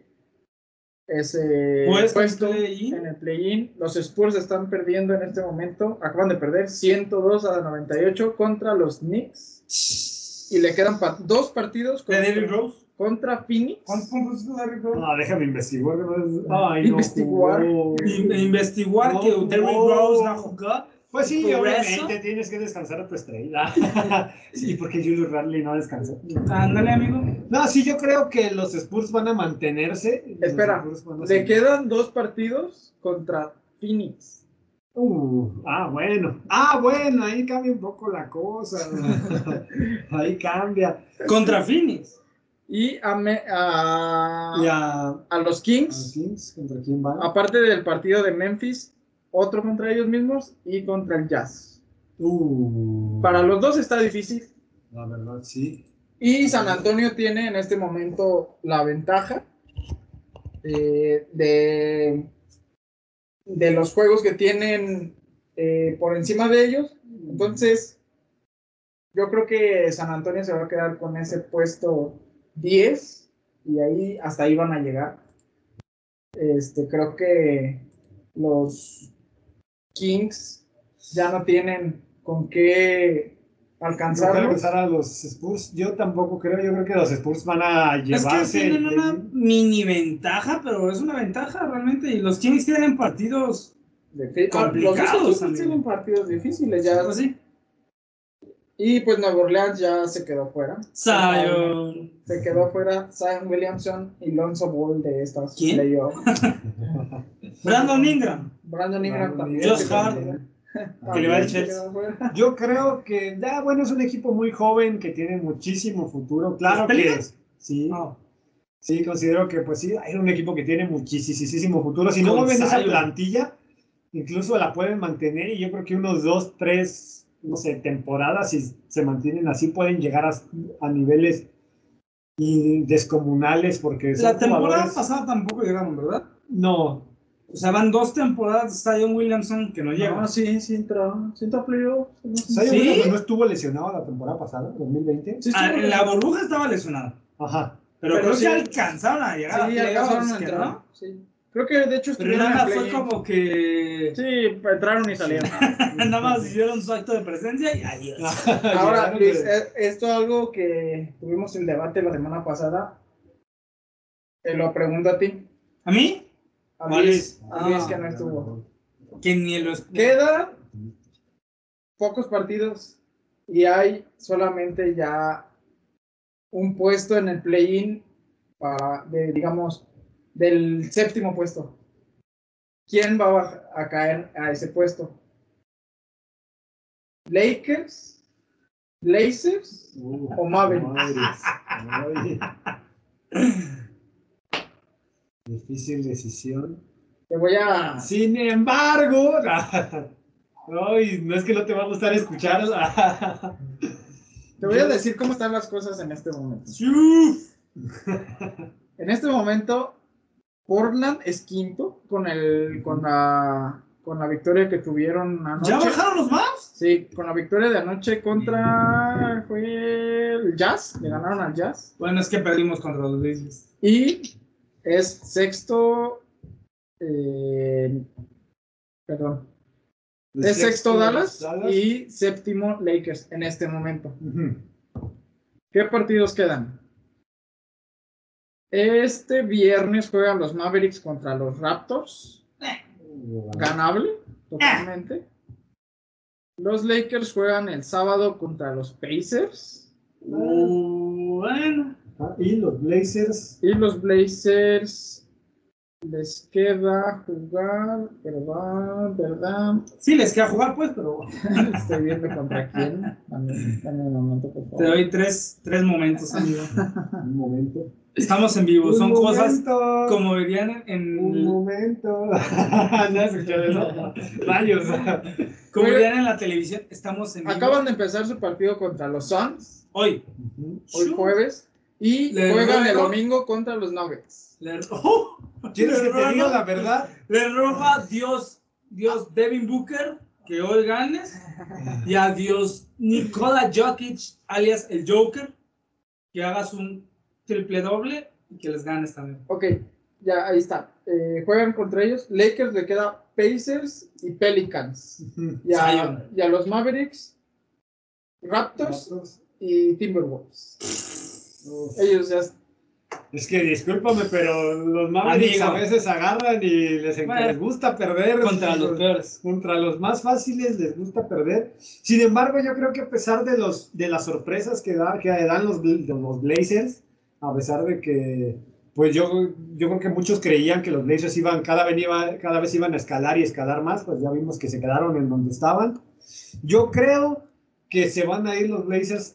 C: ese
B: Pues,
C: Eh, puesto
B: ¿en el play-in?
C: en el play-in. Los Spurs están perdiendo en este momento, acaban de perder 102 a 98 contra los Knicks y le quedan pa- dos partidos
B: De David
C: contra,
B: Rose. Ah,
C: contra Phoenix.
B: ¿Cuántos puntos hizo David Rose?
A: No, déjame investigar. que no es- Ay, no.
C: Investigar.
A: jugó.
B: In- e investigar
A: No
B: que
A: jugó.
B: Derrick Rose no jugó
A: Pues sí,
B: Por
A: obviamente
B: eso-
A: tienes que descansar a tu estrella. (laughs) sí, porque Julius Radley no descansó.
B: Ándale, amigo.
A: No, sí, yo creo que los Spurs van a mantenerse. Los
C: Espera,
A: Spurs van a
C: Le
A: ser-
C: quedan dos partidos contra Phoenix.
A: Uh, ah, bueno. Ah, bueno, ahí cambia un poco la cosa.
B: (laughs)
A: ahí cambia.
B: Contra Phoenix.
C: Y a, me-
B: Ah.
C: a-
A: Y a, a
C: a los Kings,
A: los Kings, ¿contra quién van?
C: aparte del partido de Memphis, otro contra ellos mismos y contra el Jazz.
A: Uh,
C: Para los dos está difícil.
A: La verdad, sí.
C: Y San Antonio tiene en este momento la ventaja eh, de, de los juegos que tienen eh, por encima de ellos.
B: Pues,
C: Entonces, yo creo que San Antonio se va a quedar con ese puesto 10 y ahí hasta ahí van a llegar. Este, creo que los Kings ya no tienen con qué
A: No quiero
C: alcanzarlos.
A: pensar a los Spurs. Yo tampoco creo. Yo creo que los Spurs van a llevarse.
B: es que tienen
A: el-
B: una mini ventaja, pero es una ventaja realmente. Y los Kings tienen partidos
C: Defi- ah,
B: Complicados,
C: los Wizards
B: amigo.
C: tienen partidos difíciles ya.
B: así.
C: Y pues Nueva Orleans ya se quedó fuera.
B: Zion.
C: Se quedó fuera Zion Williamson y Lonzo Ball de estas
B: ¿Quién?
C: playoffs.
B: Brandon Ingram.
C: Brandon Ingram
A: Brandon
C: también.
B: Ingram.
C: se
B: Josh
C: quedó
B: Hart.
C: fuera.
B: Que le va al
C: También se
B: Chelsea.
C: quedó fuera.
A: Yo creo que, ya, bueno, es un equipo muy joven que tiene muchísimo futuro. Claro
B: ¿Los
A: que
B: Pelicans?
A: sí,
B: No.
A: sí, considero que pues sí, era un equipo que tiene muchísimo futuro. Si no
B: Con
A: mueven esa
B: Zion.
A: plantilla, incluso la pueden mantener y yo creo que unos dos, tres, no sé, temporadas, si se mantienen así, pueden llegar a, a niveles y descomunales porque son
B: La temporada
A: jugadores-
B: pasada tampoco llegaron, ¿verdad?
A: No,
B: O sea, van dos temporadas de Zion Williamson que no llegan.
C: No, sí, sí entró. Sí entró a playoffs.
A: Zion
B: ¿Sí?
A: Williamson no estuvo lesionado la temporada pasada, 2020.
C: Sí,
B: Ah,
C: estuvo-
B: la burbuja estaba lesionada.
A: Ajá.
B: Pero,
C: Pero
B: creo
C: sí.
B: que alcanzaron a
C: sí,
B: llegar a playoffs,
C: alcanzaron a
B: que
C: entrar.
B: no.
C: Sí. Creo que de hecho
B: Pero
C: estuvieron
B: nada
C: en
B: más fue
C: play-in.
B: como que
C: Sí, entraron
B: (laughs)
C: y salieron.
B: nada más
A: (laughs)
B: hicieron su acto de presencia y adiós.
C: Ahora,
A: Llegaron
C: Luis,
A: de-
C: eh, esto es algo que tuvimos el debate la semana pasada. Te lo pregunto a ti.
B: ¿A mí?
C: A
B: ¿Cuál
C: Luis,
B: es?
C: a Luis
B: Ah,
C: que no estuvo.
B: Que ni lo espero.
C: Quedan pocos partidos y hay solamente ya un puesto en el play-in para, de, digamos, del séptimo puesto. ¿Quién va a, baj- a caer a ese puesto? ¿Lakers? ¿Blazers?
A: Uh,
C: O Maverick.
A: Mavericks. Ay. (laughs) Difícil decisión.
C: Te voy a...
A: Sin embargo, (laughs) ay, no es que no te va a gustar (laughs) escuchar.
C: Te voy a decir cómo están las cosas en este momento.
B: Chuf.
C: En este momento, Portland es quinto con el con la con la victoria que tuvieron anoche.
B: ¿Ya bajaron los maps?
C: Sí, con la victoria de anoche contra fue el Jazz, le ganaron al Jazz
B: Bueno, es que perdimos contra los Grizzlies.
C: y es sexto. eh, perdón, es sexto, Dallas, y séptimo Lakers en este momento.
A: Ujú.
C: ¿Qué partidos quedan? Este viernes juegan los Mavericks contra los Raptors. Ganable, totalmente. Los Lakers juegan el sábado contra los Pacers.
B: Uh, Bueno.
A: Ah, Y los Blazers.
C: Y los Blazers les queda jugar, ¿verdad? ¿Verdad?
B: Sí, les queda jugar, pues, pero
C: Estoy viendo contra quién. Dame, dame un momento, por
B: te
C: (laughs) favor.
B: doy tres, tres momentos, amigo.
A: Un momento.
B: Estamos en vivo, son
A: Un
B: cosas
A: momento,
B: como dirían
A: Un
B: en,
A: momento. no
C: Ah,
A: has escuchado eso. (laughs) Rayos.
B: como dirían en la televisión. Estamos en vivo.
C: Acaban de empezar su partido contra los Suns.
B: Hoy.
A: Ujú.
C: hoy jueves. Y
B: Le
C: juegan el
B: ruego-
C: domingo contra los Nuggets.
B: Le, (laughs) ¡Oh!
A: ¿Quieres que te
B: Roba-
A: diga la verdad? (laughs)
B: Le roba Dios, Dios Devin Booker, que hoy ganes. Y a Dios Nikola Jokic, alias el Joker, que hagas un triple doble y que les ganes también.
C: Ok, ya ahí está. Eh, juegan contra ellos. Lakers le queda Pacers y Pelicans.
A: Ujú.
C: Y a,
B: Zion.
C: y a los Mavericks, Raptors
A: Raptors.
C: y Timberwolves. Ellos ya
A: Es que discúlpame, pero los Mavericks
B: Amigo.
A: a veces agarran y les, en-
B: Bueno.
A: les gusta perder.
B: Contra los peores.
A: contra los más fáciles les gusta perder. Sin embargo, yo creo que a pesar de, los, de las sorpresas que, da, que dan los, Bla- los Blazers, a pesar de que, pues yo, yo creo que muchos creían que los Blazers iban, cada vez, iba- cada vez iban a escalar y escalar más, pues ya vimos que se quedaron en donde estaban. Yo creo que se van a ir los Blazers,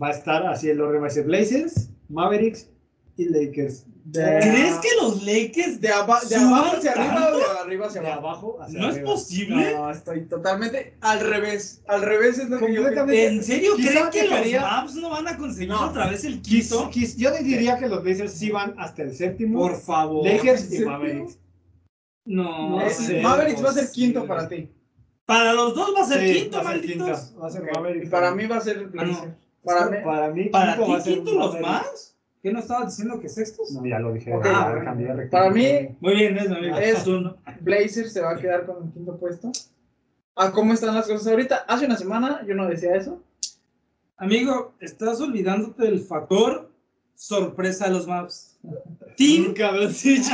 A: va a estar así el orden, va a ser Blazers, Mavericks y Lakers.
C: De-
B: ¿Crees que los Lakers
C: De, aba- de
B: ¿Suban
C: abajo hacia arriba
B: tanto?
C: o de arriba hacia
A: De
C: abajo?
A: abajo hacia
B: no es
A: arriba.
B: posible?
C: No, estoy totalmente al revés. Al revés es lo que yo
A: Completamente.
B: ¿En serio
A: Quizá
B: creen que
A: debería-
B: los Mavs no van a conseguir
A: No.
B: otra vez el
A: Quiz-
B: quinto?
A: quiz- yo les diría que los Blazers sí van hasta el séptimo.
B: Por favor. este
A: Lakers y
C: ¿Sí?
A: Mavericks.
B: No,
A: No
C: creo.
A: sé.
B: no
C: Eh, Mavericks este va a
B: sé.
C: ser quinto para ti.
B: Para los dos va a ser
A: Sí,
B: quinto,
A: va a ser
B: malditos.
A: quinto. Va a ser
C: Ok,
A: Mavericks.
C: Y para mí va a ser el
B: Ah, no.
C: Blazers. Para mí.
A: para mí
B: ¿Para
A: quinto
B: ti
A: va a ser
B: quinto los
A: Mavericks.
B: Mavs? ¿Qué no estabas diciendo que sextos?
A: No, ya lo dije.
C: Ok.
A: ya lo cambié,
C: Para mí,
B: Muy bien, es muy bien.
C: Es-
B: Tú, ¿no?
C: Blazers se va a quedar con el quinto puesto. ¿A cómo están las cosas ahorita? Hace una semana yo no decía eso.
B: Amigo, estás olvidándote del factor sorpresa de los Mavs.
A: (laughs)
B: Team,
A: Nunca habrás
C: (laughs)
A: dicho.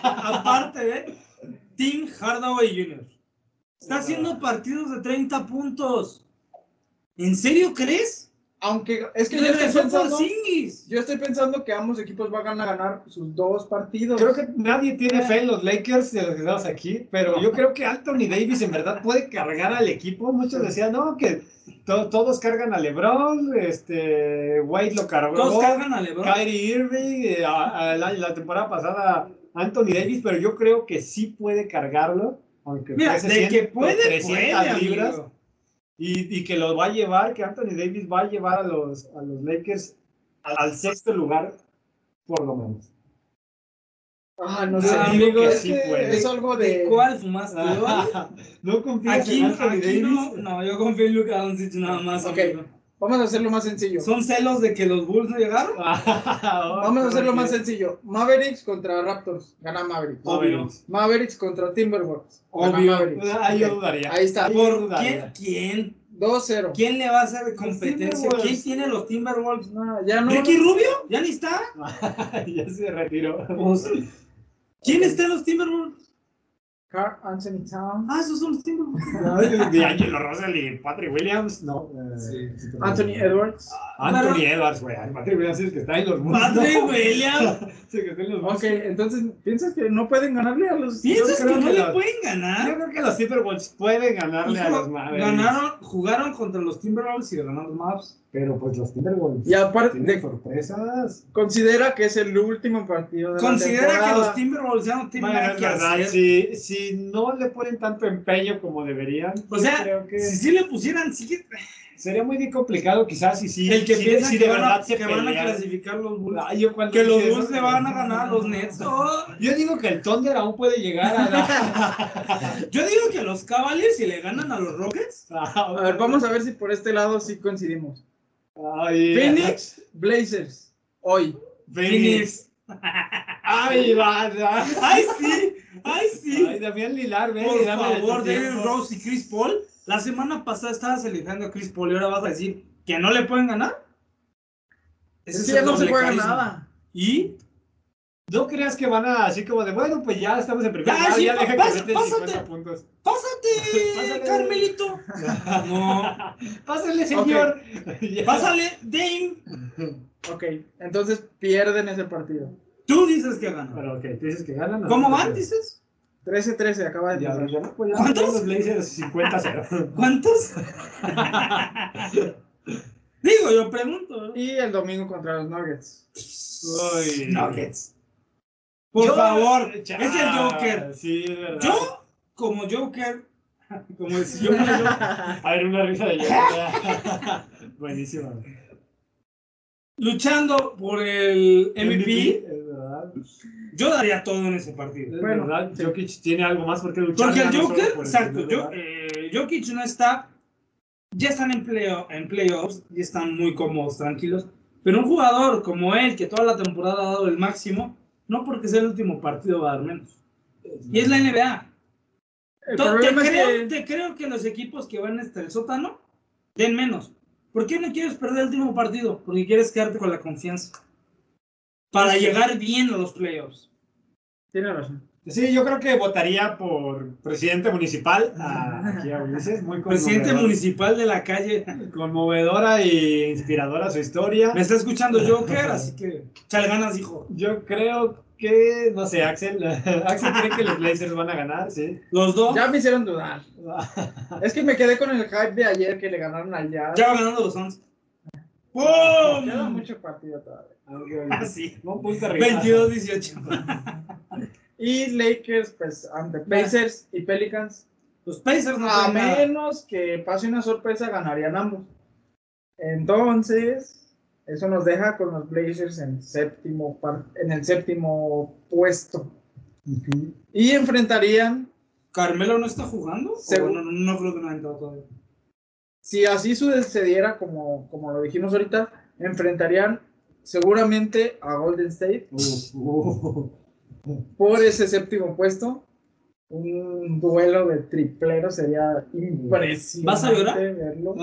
B: aparte de Team Hardaway Jr. Está haciendo partidos de 30 puntos. ¿En serio crees?
C: Aunque es que yo estoy
B: Regresó por
C: pensando,
B: Zingis.
C: yo estoy pensando que ambos equipos van a ganar sus dos partidos.
A: Creo que nadie tiene fe en los Lakers de los que estamos aquí, pero yo creo que Anthony Davis en verdad puede cargar al equipo. Muchos decían, no, que to- todos cargan a LeBron, este, White lo cargó.
B: Todos cargan a LeBron.
A: Kyrie Irving, eh, a- a la, la temporada pasada Anthony Davis, pero yo creo que sí puede cargarlo, aunque
B: Mira,
A: pese
B: de
A: 100,
B: que puede,
A: 300
B: puede,
A: libras,
B: amigo.
A: y, y que lo va a llevar, que Anthony Davis va a llevar a los, a los Lakers al, al sexto lugar, por lo menos.
C: Ah, no
A: Yo
C: sé,
B: digo
C: amigo,
B: que
C: es,
A: sí
C: que
A: puede. (laughs)
C: es algo
B: ¿De
C: de...
B: cuál fumaste hoy?
A: no confío
B: Aquí,
A: en Anthony
B: aquí
A: Davis. (laughs)
B: no, no, yo confío en Luka Doncic nada más.
C: Ok.
B: amigo.
C: Vamos a hacerlo más sencillo.
B: ¿Son celos de que los Bulls no llegaron?
C: Vamos a hacerlo más sencillo. Mavericks contra Raptors. Gana Mavericks.
A: Obvio.
C: Mavericks contra Timberwolves. Gana
A: Obvio. Ah,
C: Mavericks.
A: Ahí yo
C: Ok,
A: dudaría.
C: Ahí está.
A: Ahí yo
B: ¿Por quién,
A: dudaría.
B: quién?
C: 2-0.
B: ¿Quién le va a hacer competencia?
A: Timberwolves. Ah,
B: ¿Quién tiene los Timberwolves?
C: No, ya no.
B: ¿Ricky Rubio? ¿Ya ni está?
A: (laughs) ya se retiró.
B: ¿Quién está en los Timberwolves?
C: Carl Anthony Town.
B: Ah, esos son los (laughs) Timberwolves.
A: de Angelo Russell y Patrick Williams, no. eh,
C: Anthony Edwards.
A: Anthony Edwards, güey. Patrick Williams es el que está en los mundos.
B: Patrick Williams.
A: Es el que está en los
C: Ok,
A: Bulls.
C: entonces, ¿piensas que no pueden ganarle a los...
B: ¿Piensas
A: Yo
B: que
A: creo
B: no
A: que
B: le
A: los-
B: pueden
A: Yo
B: ganar?
A: creo que los Timberwolves pueden ganarle a
B: Hijo,
A: los Mavericks.
B: ganaron, jugaron contra los Timberwolves y ganaron los Mavs.
A: Pero pues los Timberwolves
C: Y aparte,
A: tienen
C: de-
A: sorpresas.
C: considera que es el último partido de la
B: Considera que
C: temporada.
B: los Timberwolves ya no tienen
A: Bueno,
B: nada
A: es
B: que
A: verdad,
B: hacer.
A: si, si no le ponen tanto empeño como deberían,
B: O sea,
A: creo que
B: Si sí le pusieran, sí que-
A: sería muy complicado quizás si sí.
B: el que
A: si-
B: piensa
A: si
B: que,
A: de
B: van
A: verdad
B: a,
A: se
B: que van a
A: pelean.
B: clasificar los Bulls.
A: Ay, yo cuando
B: Que los
A: dije eso,
B: Bulls le
A: (laughs)
B: van a ganar a los
C: (laughs)
B: Nets. Oh,
A: Yo digo que el Thunder aún puede llegar a la...
B: Yo digo que los Cavaliers si le ganan a los Rockets.
C: A ver, vamos a ver si por este lado sí coincidimos.
A: Ay,
B: (laughs)
C: Phoenix, Blazers. Hoy.
A: Phoenix. Ay, vaya.
B: ¡Ay, sí! ¡Ay, sí!
A: Ay, Damián Lilar, ven
B: Por
A: y dame
B: favor,
A: tu tiempo.
B: David Rose y Chris Paul. La semana pasada estabas eligiendo a Chris Paul y ahora vas a decir que no le pueden ganar. Ese
C: Es
B: es
C: que ya
B: el
C: no se
B: doble
C: juega
B: carisma.
C: nada.
B: Y
A: No creas que van a así como de, bueno, pues ya estamos en primer
B: Ya,
A: lugar,
B: Ah, sí,
A: ya
B: pa-
A: deja
B: pasa-
A: que meten
B: pásate.
A: 50 puntos.
C: (laughs)
B: pásate,
A: Pásale.
B: Carmelito. No.
A: Pásale, señor. (laughs) Ya.
B: Pásale, Dame.
C: Ok, entonces pierden ese partido.
B: Tú dices que gana.
A: Pero ok, tú dices que ganan. ¿no?
B: ¿Cómo van, dices?
C: 13-13, acaba de
A: Ya,
C: pasar.
A: ya, no, pues ya
B: ¿Cuántos?
A: los Blazers 50-0.
B: ¿Cuántos? Digo, yo pregunto. ¿no?
C: Y el domingo contra los Nuggets.
A: Uy.
B: Nuggets. Por
A: Yo-
B: favor,
A: Chas,
B: es el Joker.
A: Sí, es verdad.
B: Yo, como Joker, como si yo fuera Joker,
A: A ver, una risa
B: (laughs)
A: de Joker. (laughs) Buenísimo.
B: luchando por el MVP,
A: Es verdad.
B: yo daría todo en ese partido.
A: Es
C: Bueno,
A: verdad. Jokic tiene algo más porque luchar.
B: Porque
A: ya
B: el
A: no solo
B: Joker,
A: por el
B: exacto,
A: primer
B: yo,
A: lugar.
B: eh, Jokic no está, ya están en, playo- en playoffs, y están muy cómodos, tranquilos, pero un jugador como él, que toda la temporada ha dado el máximo, no porque sea el último partido va a dar menos. Y es la NBA.
C: El
B: To- Te
C: problema es
B: creo,
C: que
B: te creo que los equipos que van hasta el sótano den menos. ¿Por qué no quieres perder el último partido? Porque quieres quedarte con la confianza. para llegar bien a los playoffs.
C: Tiene razón.
A: Sí, yo creo que votaría por presidente municipal. Ah, aquí a Ulises,
C: Pues
A: muy
B: Presidente
A: conmovedora.
B: municipal de la calle.
A: Conmovedora e inspiradora su historia.
B: Me está escuchando Joker, así que chal ganas, hijo.
A: Yo creo que, no sé, Axel. (laughs) Axel cree que los Blazers van a ganar, sí.
B: Los dos ya,
C: Ya me hicieron dudar. Es que me quedé con el hype de ayer que le ganaron al Jazz.
B: van ganando los 11.
C: Queda
B: ¡Pum!
C: mucho partido todavía.
A: Así. Un punto arriba.
B: 22-18.
C: Y Lakers, pues, ante Pacers y Pelicans.
B: Los Pacers no
C: A
B: tienen nada.
C: menos que pase una sorpresa, ganarían ambos. Entonces, eso nos deja con los Blazers en, séptimo, par- en el séptimo puesto.
A: Ujú.
C: Y enfrentarían,
B: ¿Carmelo no está jugando?
C: Segu-
B: O bueno, no, no creo que no ha entrado todavía.
C: si así sucediera, como, como lo dijimos ahorita, enfrentarían seguramente a Golden State por ese séptimo puesto. Un duelo de tripleros sería impresionante.
B: ¿Vas a llorar? (laughs)
C: verlo.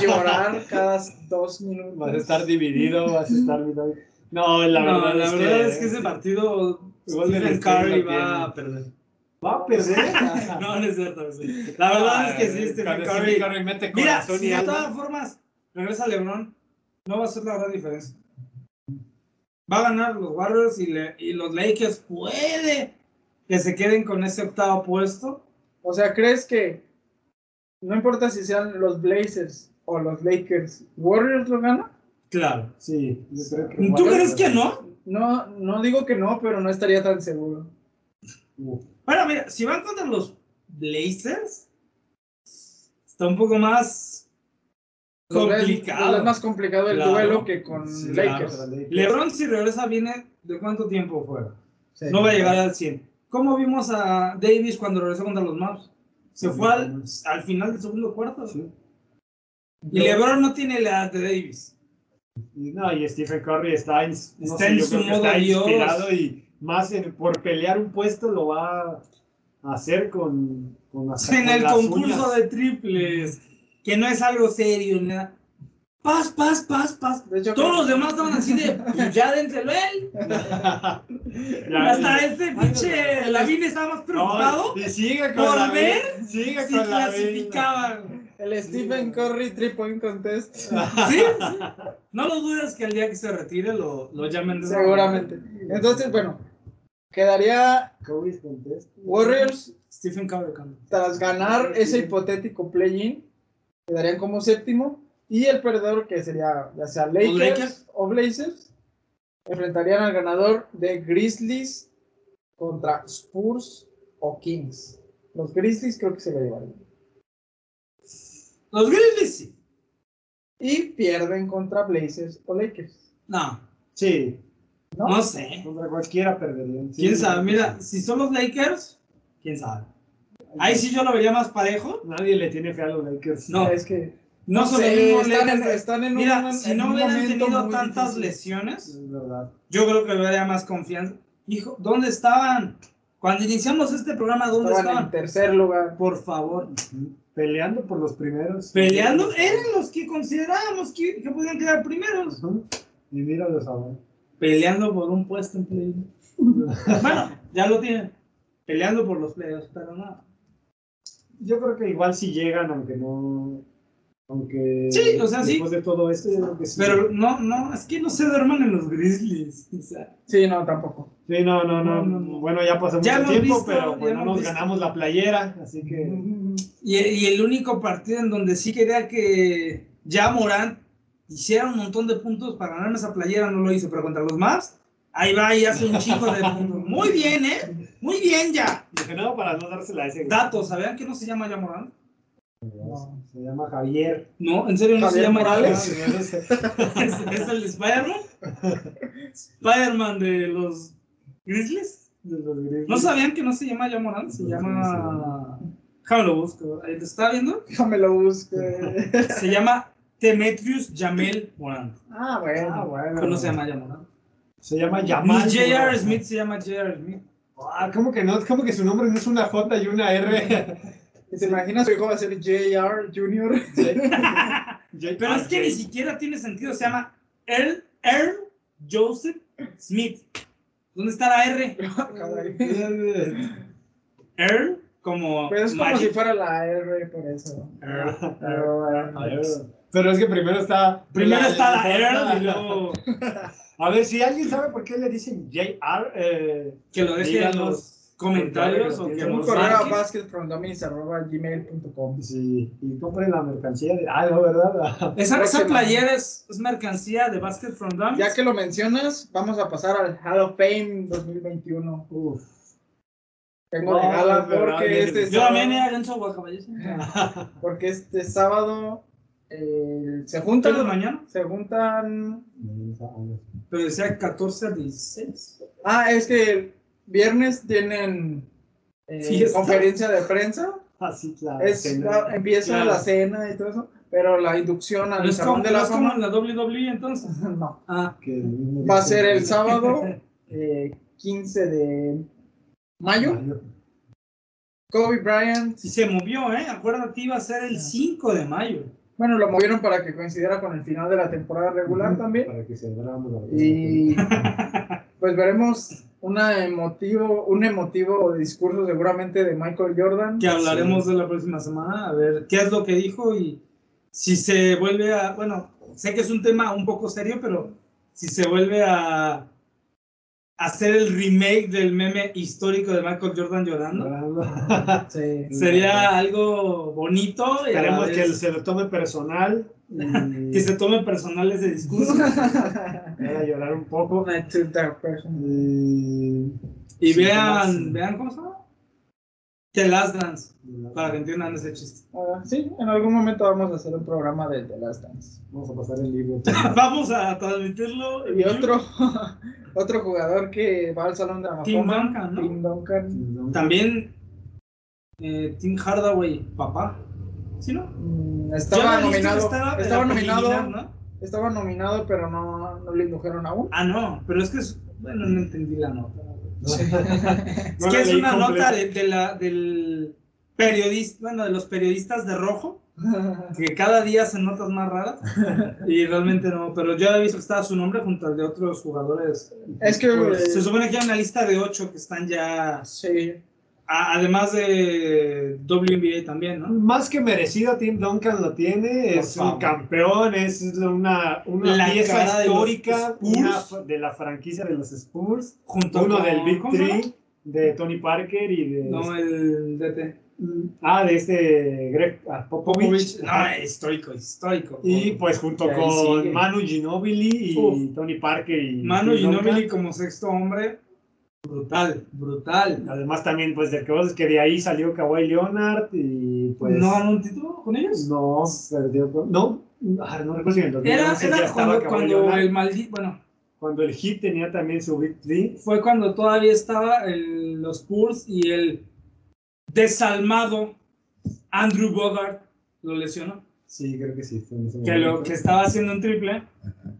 C: Llorar cada dos minutos.
A: Vas a estar dividido, vas a estar. No, la
B: No,
A: verdad,
B: la
A: es,
B: verdad
A: que
B: es que ese partido
A: Golden
B: Stephen
A: State
B: Curry
A: lo tiene.
B: va a perder.
A: va a (laughs) perder.
B: No, no es cierto. sí. La verdad
A: Ah,
B: es
A: eh,
B: que sí, este, Stephen Curry.
A: mete
B: Mira,
A: corazón
B: si
A: y
B: de
A: alma.
B: todas formas regresa LeBron, no va a ser la gran diferencia. Va a ganar los Warriors y, le- y los Lakers. Puede que se queden con ese octavo puesto.
C: O sea, ¿crees que no importa si sean los Blazers o los Lakers, Warriors lo gana?
B: Claro.
A: Sí, yo creo que
B: ¿Tú
A: Warriors-
B: crees que no?
C: No, no digo que no, pero no estaría tan seguro.
A: Uh,
B: Bueno, mira, si van contra los Blazers, está un poco más
C: Los Blazers-
B: complicado.
C: Es más complicado el
B: Claro.
C: duelo que con
A: sí,
C: Lakers.
A: claro,
B: LeBron, si regresa, viene de cuánto tiempo fuera.
C: Sí.
B: No va a llegar al 100. ¿Cómo vimos a Davis cuando regresó contra los Mavs? Se fue al, al final del segundo cuarto.
A: Sí.
B: Y LeBron no tiene la edad de Davis.
A: Y No, y Stephen Curry está, ins- no
B: Está
A: sé,
B: en
A: yo
B: su
A: creo que
B: modo
A: está
B: Dios.
A: inspirado y más en- por pelear un puesto lo va a hacer con, con hasta
B: En
A: con
B: el
A: las (laughs)
B: concurso
A: uñas.
B: de triples, que no es algo serio, nada. Paz, paz, paz, paz.
C: De hecho,
B: Todos
C: creo-
B: los demás estaban así de, pues ya dénselo a
A: (laughs)
B: él.
A: Ya,
B: Hasta este
A: no,
B: pinche Lavín estaba más preocupado
A: No, y sigue con
B: por
A: la
B: ver
A: B, sigue
B: si
A: con la B.
B: clasificaba.
C: El Stephen Curry Three Point Contest.
B: Sí, sí. No lo dudes que el día que se retire lo, lo llamen de esa
C: seguramente. Entonces, bueno, quedaría
A: Curry contesta.
C: Warriors
B: manera. Stephen Curry. Campbell.
C: tras ganar ese hipotético play-in, quedarían como séptimo. Y el perdedor, que sería ya sea Lakers
B: Lakers.
C: o, Blazers, enfrentarían al ganador de Grizzlies contra Spurs o Kings. Los Grizzlies creo que se lo llevarían.
B: Los Grizzlies sí.
C: Y pierden contra Blazers o Lakers.
B: No,
A: Sí,
C: ¿No?
B: no sé.
A: contra cualquiera perderían. sí.
B: Quién sabe, mira, si son los Lakers, quién sabe. Ahí sí yo lo vería más parejo.
A: Nadie le tiene fe a los Lakers.
B: No,
C: Es que
B: No, son los
C: sé,
B: mismos
C: están, en,
B: Lakers.
C: están en
B: Mira,
C: un,
B: si
C: en
B: no
C: un
B: hubieran
C: momento
B: tenido
C: muy
B: tantas
C: difícil.
B: lesiones,
A: Es verdad.
B: yo creo que habría más confianza. Hijo, ¿dónde estaban? Cuando iniciamos este programa, ¿dónde
C: Estaban
B: estaban?
C: en tercer lugar.
B: Por favor.
A: Peleando por los primeros.
B: Peleando, eran los que considerábamos que, que podían quedar primeros.
A: Ujú. Y míralos ahora.
B: Peleando por un puesto en
C: (laughs)
B: play. bueno, ya lo tienen. Peleando por los playoffs, pero no.
A: Yo creo que igual si llegan, aunque no. Aunque.
B: Sí, o sea, sí.
A: Después de todo esto, yo creo que sí.
B: Pero no, no, es que no se duerman en los Grizzlies. O sea,
C: Sí, no, tampoco.
A: Sí, no, no, no.
B: No, no, no.
A: Bueno, ya pasó
B: Ya
A: mucho
B: lo hemos
A: tiempo,
B: visto,
A: pero
B: ya
A: pues,
B: lo
A: no
B: hemos
A: nos
B: visto.
A: ganamos la playera, así que.
B: y, y el único partido en donde sí quería que ya Morán hiciera un montón de puntos para ganarme esa playera, no lo hizo, pero contra los Mavs, ahí va y hace un chico de puntos. Muy bien, ¿eh? Muy bien ya.
A: Dije, no, para no dársela a ese. güey.
B: Datos, ¿sabían que no se llama ya Morán?
C: No.
A: Se llama Javier. Ah,
B: No, en serio no se
C: Javier
B: llama ya
C: Morales.
B: Morán?
A: No sé.
B: ¿Es, (laughs) es el Spider-Man? ¿Spider-Man de los Grizzlies?
A: De los Grizzlies.
B: ¿No sabían que no se llama ya Morán? Se llama... Déjame lo busco. Ahí ¿Lo está viendo?
C: Déjame lo busque.
B: Se llama Demetrius Jamel Morán.
C: ah,
A: Ah,
C: bueno.
A: bueno.
B: Pero no se llama ya Morán.
A: Se llama Yamal.
B: Ni J.R.
A: Morán.
B: Smith se llama J.R. Smith.
A: Ah, ¿cómo que no? Es como que su nombre no es una J y una R. (laughs)
C: ¿Te imaginas que va a ser JR Junior? (laughs)
A: J-
B: Pero es que ni siquiera tiene sentido. Se llama Earl, Earl Joseph Smith. ¿Dónde está la R?
C: Caray.
B: Earl, como.
C: Pero Pues es como
B: Magic.
C: si fuera la R por eso.
A: Ah,
C: Pero, bueno,
A: (laughs) Pero es que primero está.
B: Primero está la
A: la-
B: Earl y luego.
A: A ver, si alguien sabe por qué le dicen JR, eh,
B: Que lo deje en
A: díganos.
B: los comentarios o que
A: Un
C: un
B: nos
C: correo a
B: marquen.
C: basketfromdominis.gmail.com
A: Sí, y compren la mercancía de. Ah, no, ¿verdad? (laughs)
B: Esa, esa
C: Próxima.
B: playera es, es mercancía de Basket from Dummies.
C: Ya que lo mencionas, vamos a pasar al Hall of Fame 2021.
A: Uf.
C: Tengo
A: No,
C: de gala
A: es verdad,
C: porque
A: bien,
C: este,
B: Yo
C: sábado,
B: también era gancho guacamayos.
C: porque este sábado eh, se
B: ¿Tres de
C: juntan.
B: mañana?
C: Se juntan.
B: Pero decía 14 a 16.
C: Ah, es que el viernes tienen eh,
B: Fiesta.
C: conferencia de prensa.
A: Así, claro.
C: Es, la- empieza
B: Ah, Claro.
C: la cena y todo eso, pero la inducción
B: No
C: al
B: es como,
C: Ah, salón de la
B: no es como
C: fama.
B: en la WWE entonces.
C: (laughs) No.
B: Ah,
C: Va a ser
B: (laughs)
C: el sábado eh, 15 de mayo. Kobe Bryant,
B: sí se movió, ¿eh? Acuérdate, iba a ser el 5 de mayo.
C: bueno, lo movieron para que coincidiera con el final de la temporada regular también.
A: Para que se drama la-
B: (laughs)
C: Y (laughs) pues veremos una emotivo, un emotivo discurso seguramente de Michael Jordan.
B: Que hablaremos de la próxima semana, a ver qué es lo que dijo y si se vuelve a. Bueno, sé que es un tema un poco serio, pero si se vuelve a hacer el remake del meme histórico de Michael Jordan llorando.
A: Ah, Drama.
C: Sí.
B: Sería algo bonito. y a la
A: Esperemos
B: vez
A: que él se lo tome personal.
B: (laughs)
A: y-
B: que se tome personal ese
A: (laughs)
B: discurso
A: Voy a llorar un poco.
C: I took that person.
A: Y,
B: y
A: Sí,
B: vean,
A: más.
B: vean cómo se llama. The Last Dance, para que entiendan ese chiste.
C: Ah, sí, en algún momento vamos a hacer un programa de The Last Dance.
A: Vamos a pasar el
B: (laughs)
A: libro.
B: Vamos a transmitirlo. en
C: Y
B: vivo.
C: otro, (laughs) otro jugador que va al Salón de la
B: Tim
C: Fama,
B: Duncan, ¿no?
C: Tim Duncan.
B: También eh, Tim Hardaway, papá. ¿Sí, no?
C: Mm,
B: Ya
C: Estaba
B: la lista
C: nominado,
B: estaba,
C: estaba,
B: pero
C: nominado,
B: preliminar, ¿no?
C: estaba nominado, pero no, no lo indujeron aún.
B: (laughs) Ah, no, pero es que es. Bueno, no entendí
A: (laughs)
B: la nota. güey.
A: No
B: es
A: la
B: que es
A: leí
B: una nota
A: completa.
B: de, de la, del periodista, bueno, de los periodistas de rojo. que cada día se notas más
A: (laughs)
B: raras y realmente no, pero yo había visto que estaba su nombre junto al de otros jugadores.
C: es que
A: Pues,
B: Se
C: eh,
B: supone que hay una lista de ocho que están ya,
C: sí,
B: a- además de WNBA también, ¿no?
A: Más que merecido, Tim Duncan lo tiene.
B: Por
A: Es un
B: favor.
A: campeón, es una, una
B: La cara
A: pieza
B: de los
A: histórica
B: Spurs.
A: una fa- de la franquicia de los Spurs.
B: Junto
A: Uno
B: con-
A: del Big
B: ¿cómo se llama?
A: Three, de Tony Parker y de. este,
B: No, el DT.
A: Ah, de este Greg ah, Popovich. Ah,
B: Popovich. Ah, No, histórico, histórico.
A: Y pues junto
B: Y ahí
A: con
B: sigue.
A: Manu Ginobili y
B: Uf.
A: Tony Parker y
B: Manu
A: Tim Duncan.
B: Ginobili como sexto hombre, brutal, brutal.
A: Además también pues del que vos es que de ahí salió Kawhi Leonard y pues
B: ¿No ganó un título con ellos?
A: no perdió con- no ah, no recuerdo si en el
B: Era,
A: 2011 ya
B: era
A: estaba
B: cuando,
A: Kawhi
B: cuando
A: Leonard,
B: el maldito, bueno,
A: cuando el Heat tenía también su Big Three.
B: fue cuando todavía estaba el- los Spurs y el desalmado Andrew Bogart lo lesionó,
A: Sí, creo que sí. fue en ese
B: que
A: momento.
B: lo que estaba haciendo un triple,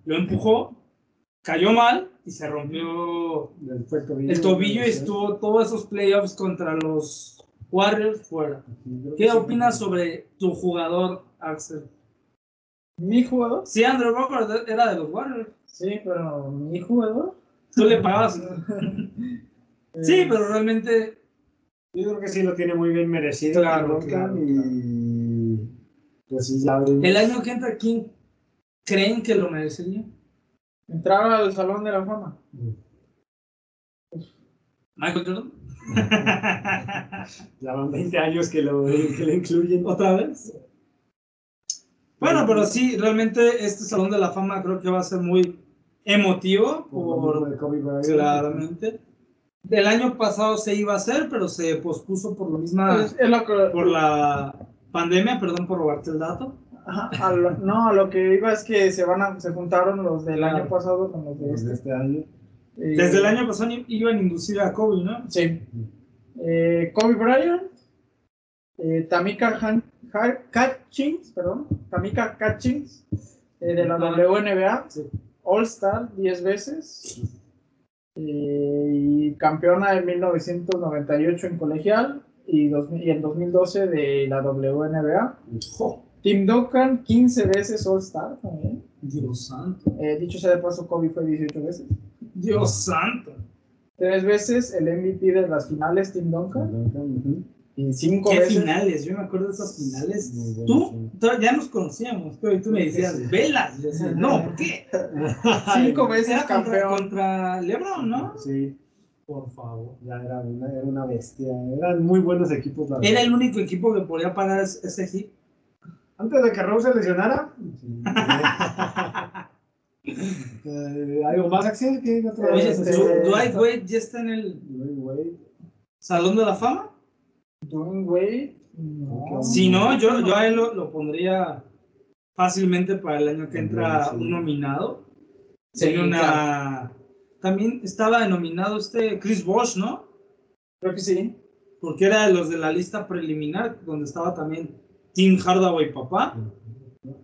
B: lo empujó, cayó mal y se rompió
A: Fue el tobillo.
B: el tobillo y estuvo todos esos playoffs contra los Warriors fuera.
A: Creo que
B: ¿Qué
A: sí.
B: opinas sobre tu jugador, Axel?
C: mi jugador,
B: Sí, Andrew Bogart era de los Warriors.
C: sí, pero mi jugador. eh,
B: Tú le pagabas. Sí, pero realmente
A: Yo creo que sí lo tiene muy bien merecido.
B: Claro,
A: Duncan,
B: claro,
A: y pues sí ya veremos.
B: el año que entra, ¿quién creen que lo merecería?
C: Entrar al Salón de la Fama.
B: Michael Jordan.
A: Ya van 20 años que lo, que lo incluyen.
B: ¿Otra vez? Bueno, pero sí, realmente este Salón de la Fama creo que va a ser muy emotivo, por,
A: de Kobe Bryant.
B: claramente. El año pasado se iba a hacer, pero se pospuso por lo misma,
C: Pues, Es, es lo que-
B: por la pandemia, perdón por robarte el dato.
C: ajá, a lo- no, a lo que iba es que se van a, se juntaron los del
B: Claro.
C: año pasado con los de
A: Desde
C: este.
A: este año.
C: Y-
B: Desde el año pasado i- iban a inducir a Kobe, ¿no?
C: Sí. Eh, Kobe Bryant, eh, Tamika Han, Ha- Catchings, perdón, Tamika Catchings, eh, de la
B: Ajá.
C: WNBA,
B: Sí.
C: All-Star 10 veces, eh, y campeona de 1998 en colegial y, dos mil- y en 2012 de la WNBA.
A: Jo.
C: Tim Duncan, 15 veces All-Star también.
B: Dios santo.
C: Eh, dicho sea de paso, Kobe fue 18 veces.
B: Dios santo.
C: Tres veces el MVP de las finales, Tim Duncan. Y cinco
B: ¿Qué
C: veces.
B: finales? Yo me acuerdo de esas finales. Tú, tú- ya nos conocíamos, pero tú me decías, velas. Yo decía, no, ¿por qué?
C: Cinco veces
B: Era contra,
C: campeón.
B: contra LeBron, ¿no?
E: Sí. Por favor, ya era una, era una bestia. Eran muy buenos equipos. la
B: Era
E: verdad.
B: el único equipo que podía parar es- ese hit.
E: Antes de que Raúl se lesionara. Eh, (laughs) ¿Algo más, Axel? ¿Qué otra vez?
C: Este,
B: Du- pues, Dwight Wade ya está en el
E: Dwight Wade.
B: Salón de la Fama.
C: Dwayne Wade. No.
E: Sí.
B: Si no, yo, yo a él lo, lo pondría fácilmente para el año que entra
E: Sí.
B: un nominado.
C: Sí,
B: Sería una. También estaba nominado este Chris Bosh, ¿no?
C: Creo que sí.
B: Porque era de los de la lista preliminar, donde estaba también Tim Hardaway, papá.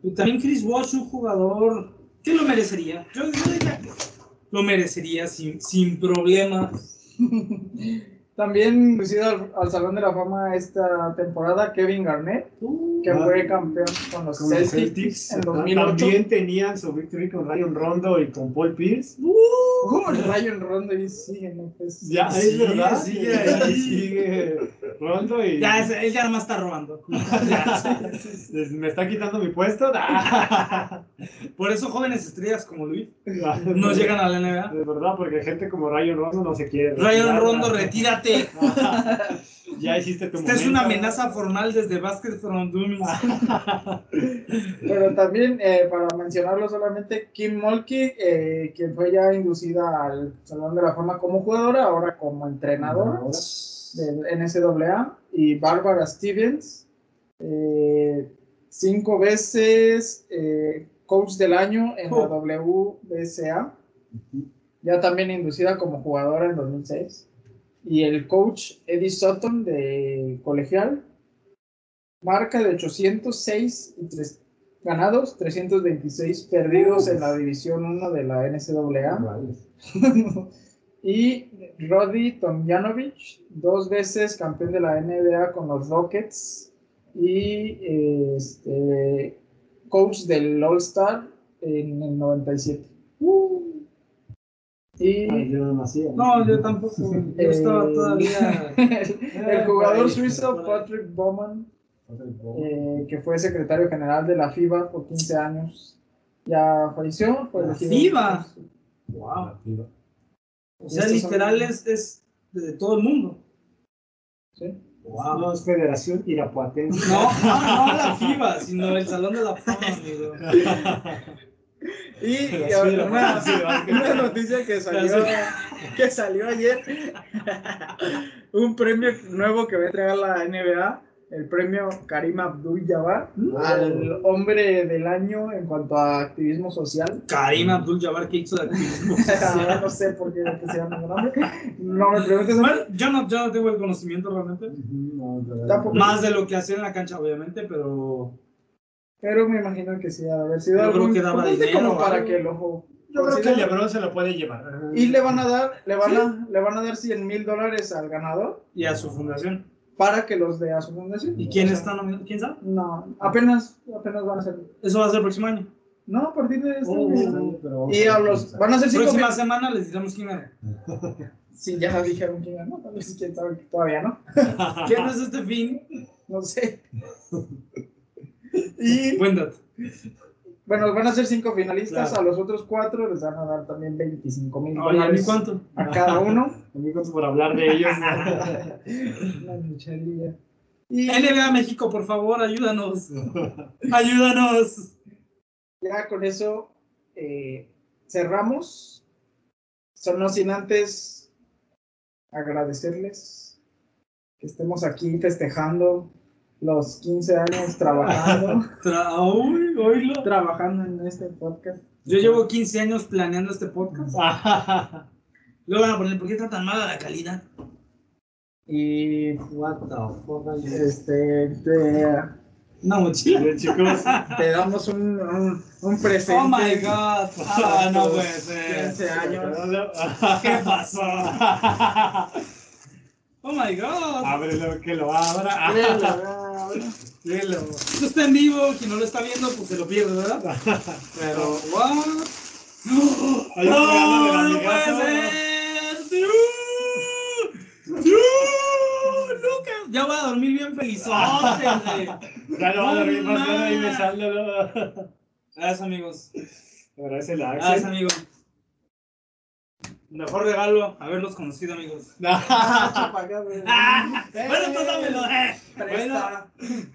B: Y también Chris Bosh, un jugador que lo merecería. Yo, yo diría que lo merecería sin, sin problema.
C: También inducido al, al Salón de la Fama esta temporada, Kevin Garnett, que
E: Ah.
C: fue campeón con los
E: Con los
C: Celtics,
E: Celtics.
C: en
E: ta-
C: 2008.
E: También tenían su victory con Ryan Rondo y con Paul Pierce.
C: ¿Cómo el Ryan Rondo y sigue? No, pues,
E: Ya,
B: Sí,
E: es verdad.
B: sigue
E: Sigue, (laughs)
B: ahí.
E: sigue Rondo y.
B: Ya, es- él ya nada más está (laughs) robando.
E: (laughs) Me está quitando mi puesto. (laughs)
B: Por eso jóvenes estrellas como Luis no llegan a la NBA.
E: De verdad, porque gente como Ryan Rondo no se quiere.
B: Ryan
E: retirar.
B: Rondo,
C: Este
B: retírate.
E: (laughs) ya hiciste tu
B: Esta es una amenaza formal desde Basket from Dummies.
C: Ah. Pero también, eh, para mencionarlo solamente, Kim Mulkey, eh, quien fue ya inducida al Salón de la Fama como jugadora, ahora como entrenadora del NCAA, y Barbara Stevens, eh, cinco veces eh, coach del año en la WBCA, ya también inducida como jugadora en 2006, y el coach Eddie Sutton de colegial, marca de 806 y tres- ganados, 326 perdidos en la División 1 de la NCAA. (laughs) Y Roddy Tomjanovic, dos veces campeón de la NBA con los Rockets y eh, este, coach del All Star en el 97. Uh. Y (laughs)
E: Yo no nacía.
B: No, yo tampoco. Yo estaba todavía.
C: Eh, (laughs) el
B: por ahí,
C: jugador suizo
B: por ahí.
C: Patrick Bowman, eh, que fue secretario general de la FIBA por 15 años, ya falleció. fue
B: ¿La
C: elegido-
B: FIBA? Wow. O sea,
C: Estos son-
B: literal es, es de todo el mundo.
C: Sí.
E: Wow. No, es Federación Irapuatense.
B: No, no, no la FIBA, sino el Salón de la Fama, amigo.
C: Y, y
E: Federación
C: ahora una-
E: Irapuatense de básquet.
C: Una noticia que salió, (laughs) que salió ayer. (laughs) Un premio nuevo que va a entregar la NBA, el premio Karim Abdul-Jabbar
E: (laughs)
C: al hombre del año en cuanto a activismo social. (laughs)
B: Karim Abdul-Jabbar, que hizo de activismo
C: Ahora
B: social.
C: no sé por qué le pusieron el nombre. No me preguntes.
B: Bueno, Pues, yo no, yo no tengo el conocimiento realmente.
E: No, de verdad.
C: Tampoco.
B: Más de lo que hacía en la cancha, obviamente, pero.
C: Pero me imagino que sí, ha de haber sido
B: Yo
C: algo
B: creo que daba
C: importante
B: dinero
C: como
B: o
C: para
B: algo.
C: que el ojo.
E: Yo creo que
C: considere.
E: Lebron se lo puede llevar.
C: Y le van a dar, le van a, le van a dar 100 mil dólares al ganador
B: Y a su fundación.
C: para que los dé a su fundación.
B: ¿Y quién
C: O sea,
B: está nominado? ¿Quién sabe?
C: No, apenas, apenas van a ser.
B: Eso va a ser el próximo año.
C: No, a partir de este.
E: Oh,
C: año.
E: pero-
C: y a los. Van a ser cinco.
B: Próxima
C: mil-
B: semana les diremos quién era.
C: Sí, ya dijeron quién ganó. Tal vez quién sabe que todavía no.
B: ¿Quién es este fin? (laughs)
C: No sé. Y
B: Buen dato.
C: bueno, van a ser cinco finalistas.
E: Claro.
C: A los otros cuatro les van a dar también 25 mil
B: Oye, ¿a mí
C: dólares
B: cuánto?
C: a
B: (laughs)
C: cada uno.
E: Amigos, por hablar de ellos.
A: (laughs)
C: Una mucharilla. Y
B: NBA México, por favor, ayúdanos. Ayúdanos.
C: ya con eso eh, cerramos. Son no sin antes agradecerles que estemos aquí festejando los 15 años trabajando,
B: (laughs) Tra- uy, oílo.
C: trabajando en este podcast.
B: Yo llevo 15 años planeando este podcast. Luego van a poner, ¿por qué está tan mala la calidad?
C: (laughs) Y
E: What the fuck are you-
C: este, te,
B: Una mochila.
E: Bien, chicos.
C: te damos un, un, un presente.
B: Oh my god. Ah, no puede ser. Ah,
C: 15 años.
A: (laughs)
B: ¿Qué pasó? Oh my god.
E: Ábrelo, que lo abra.
B: Ah.
C: (laughs) Créelo, ah, bueno.
A: Velo.
B: Esto está en vivo, quien no lo está viendo, pues se lo pierde, ¿verdad? Pero, ¡ah! ¿what? ¡No!
A: Hay un programa de la
B: ¡No, no puede
A: amigazo.
B: ser! ¡No! ¡No! ¡Lucas! Ya voy a dormir bien felizote, güey.
A: Ya no va a dormir
B: No
A: más nada ahí
B: mames.
A: besándolo. (laughs)
B: Gracias, amigos.
A: Agradece la (laughs)
B: Gracias,
A: Axel.
B: amigos. Mejor regalo, haberlos conocido, amigos.
C: (laughs)
B: ¡Ah! Bueno, pues dámelo. eh. Bueno,
D: Presta.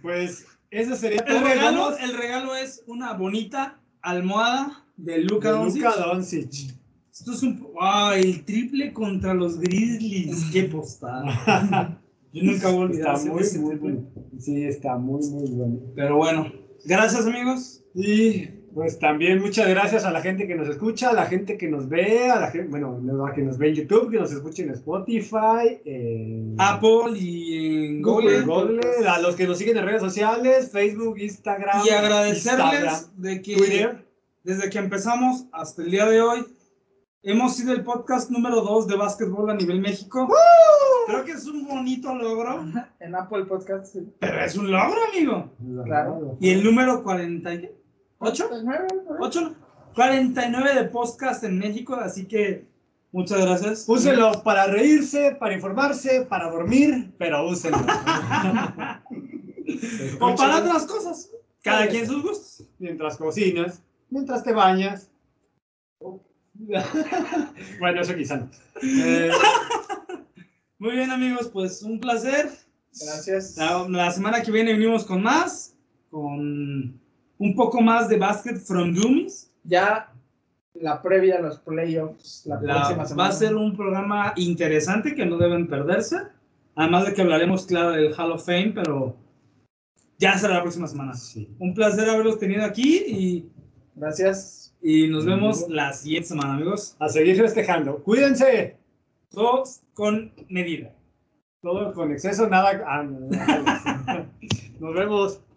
A: Pues eso sería todo.
B: el regalo,
A: Vamos
B: el regalo es una bonita almohada de
A: con
B: Luca Doncic.
A: Luka Doncic.
B: Esto es un. ¡Ah! el triple contra los Grizzlies. ¡Qué postada!
A: (laughs)
B: Yo nunca voy a olvidar
A: Está
B: ese-
A: muy,
B: ese
A: muy
B: triple.
A: bueno. Sí, está muy, muy bueno.
B: Pero bueno, gracias, amigos.
A: Y pues también muchas gracias a la gente que nos escucha, a la gente que nos ve, a la gente, bueno, no, a que nos ve en YouTube, que nos escuche en Spotify, en
B: Apple y Ah, pues, en
A: Google,
B: Google.
A: Google, a los que nos siguen en redes sociales, Facebook, Instagram,
B: Y agradecerles
A: Instagram,
B: de que
A: Twitter.
B: desde que empezamos hasta el día de hoy hemos sido el podcast número 2 de básquetbol a nivel México. Creo que es un bonito logro,
C: En Apple Podcast, sí.
B: pero es un logro, amigo.
C: Claro.
B: Y el número 48. ¿Ocho?
C: 39, ¿no?
B: ¿Ocho? 49 de podcast en México, así que muchas gracias.
A: Úsenlo para reírse, para informarse, para dormir, pero úsenlo.
B: O para otras cosas. Cada quien sus gustos.
A: mientras cocinas, mientras te bañas. (laughs) bueno, eso quizá no. Eh,
B: Muy bien, amigos, pues un placer.
C: Gracias.
B: La, la semana que viene venimos con más, con un poco más de Basket from Dummies.
C: Ya la previa a los playoffs la,
B: La-
C: próxima semana.
B: va a ser un programa interesante que no deben perderse. Además de que hablaremos, claro, del Hall of Fame, pero ya será la próxima semana.
A: Ah, sí.
B: Un placer haberlos tenido aquí y,
C: Gracias.
B: y nos vemos la siguiente semana, amigos.
A: A seguir festejando. Cuídense.
B: Todos con medida.
A: Todo con exceso, nada. ah, no, no, no. Nos vemos.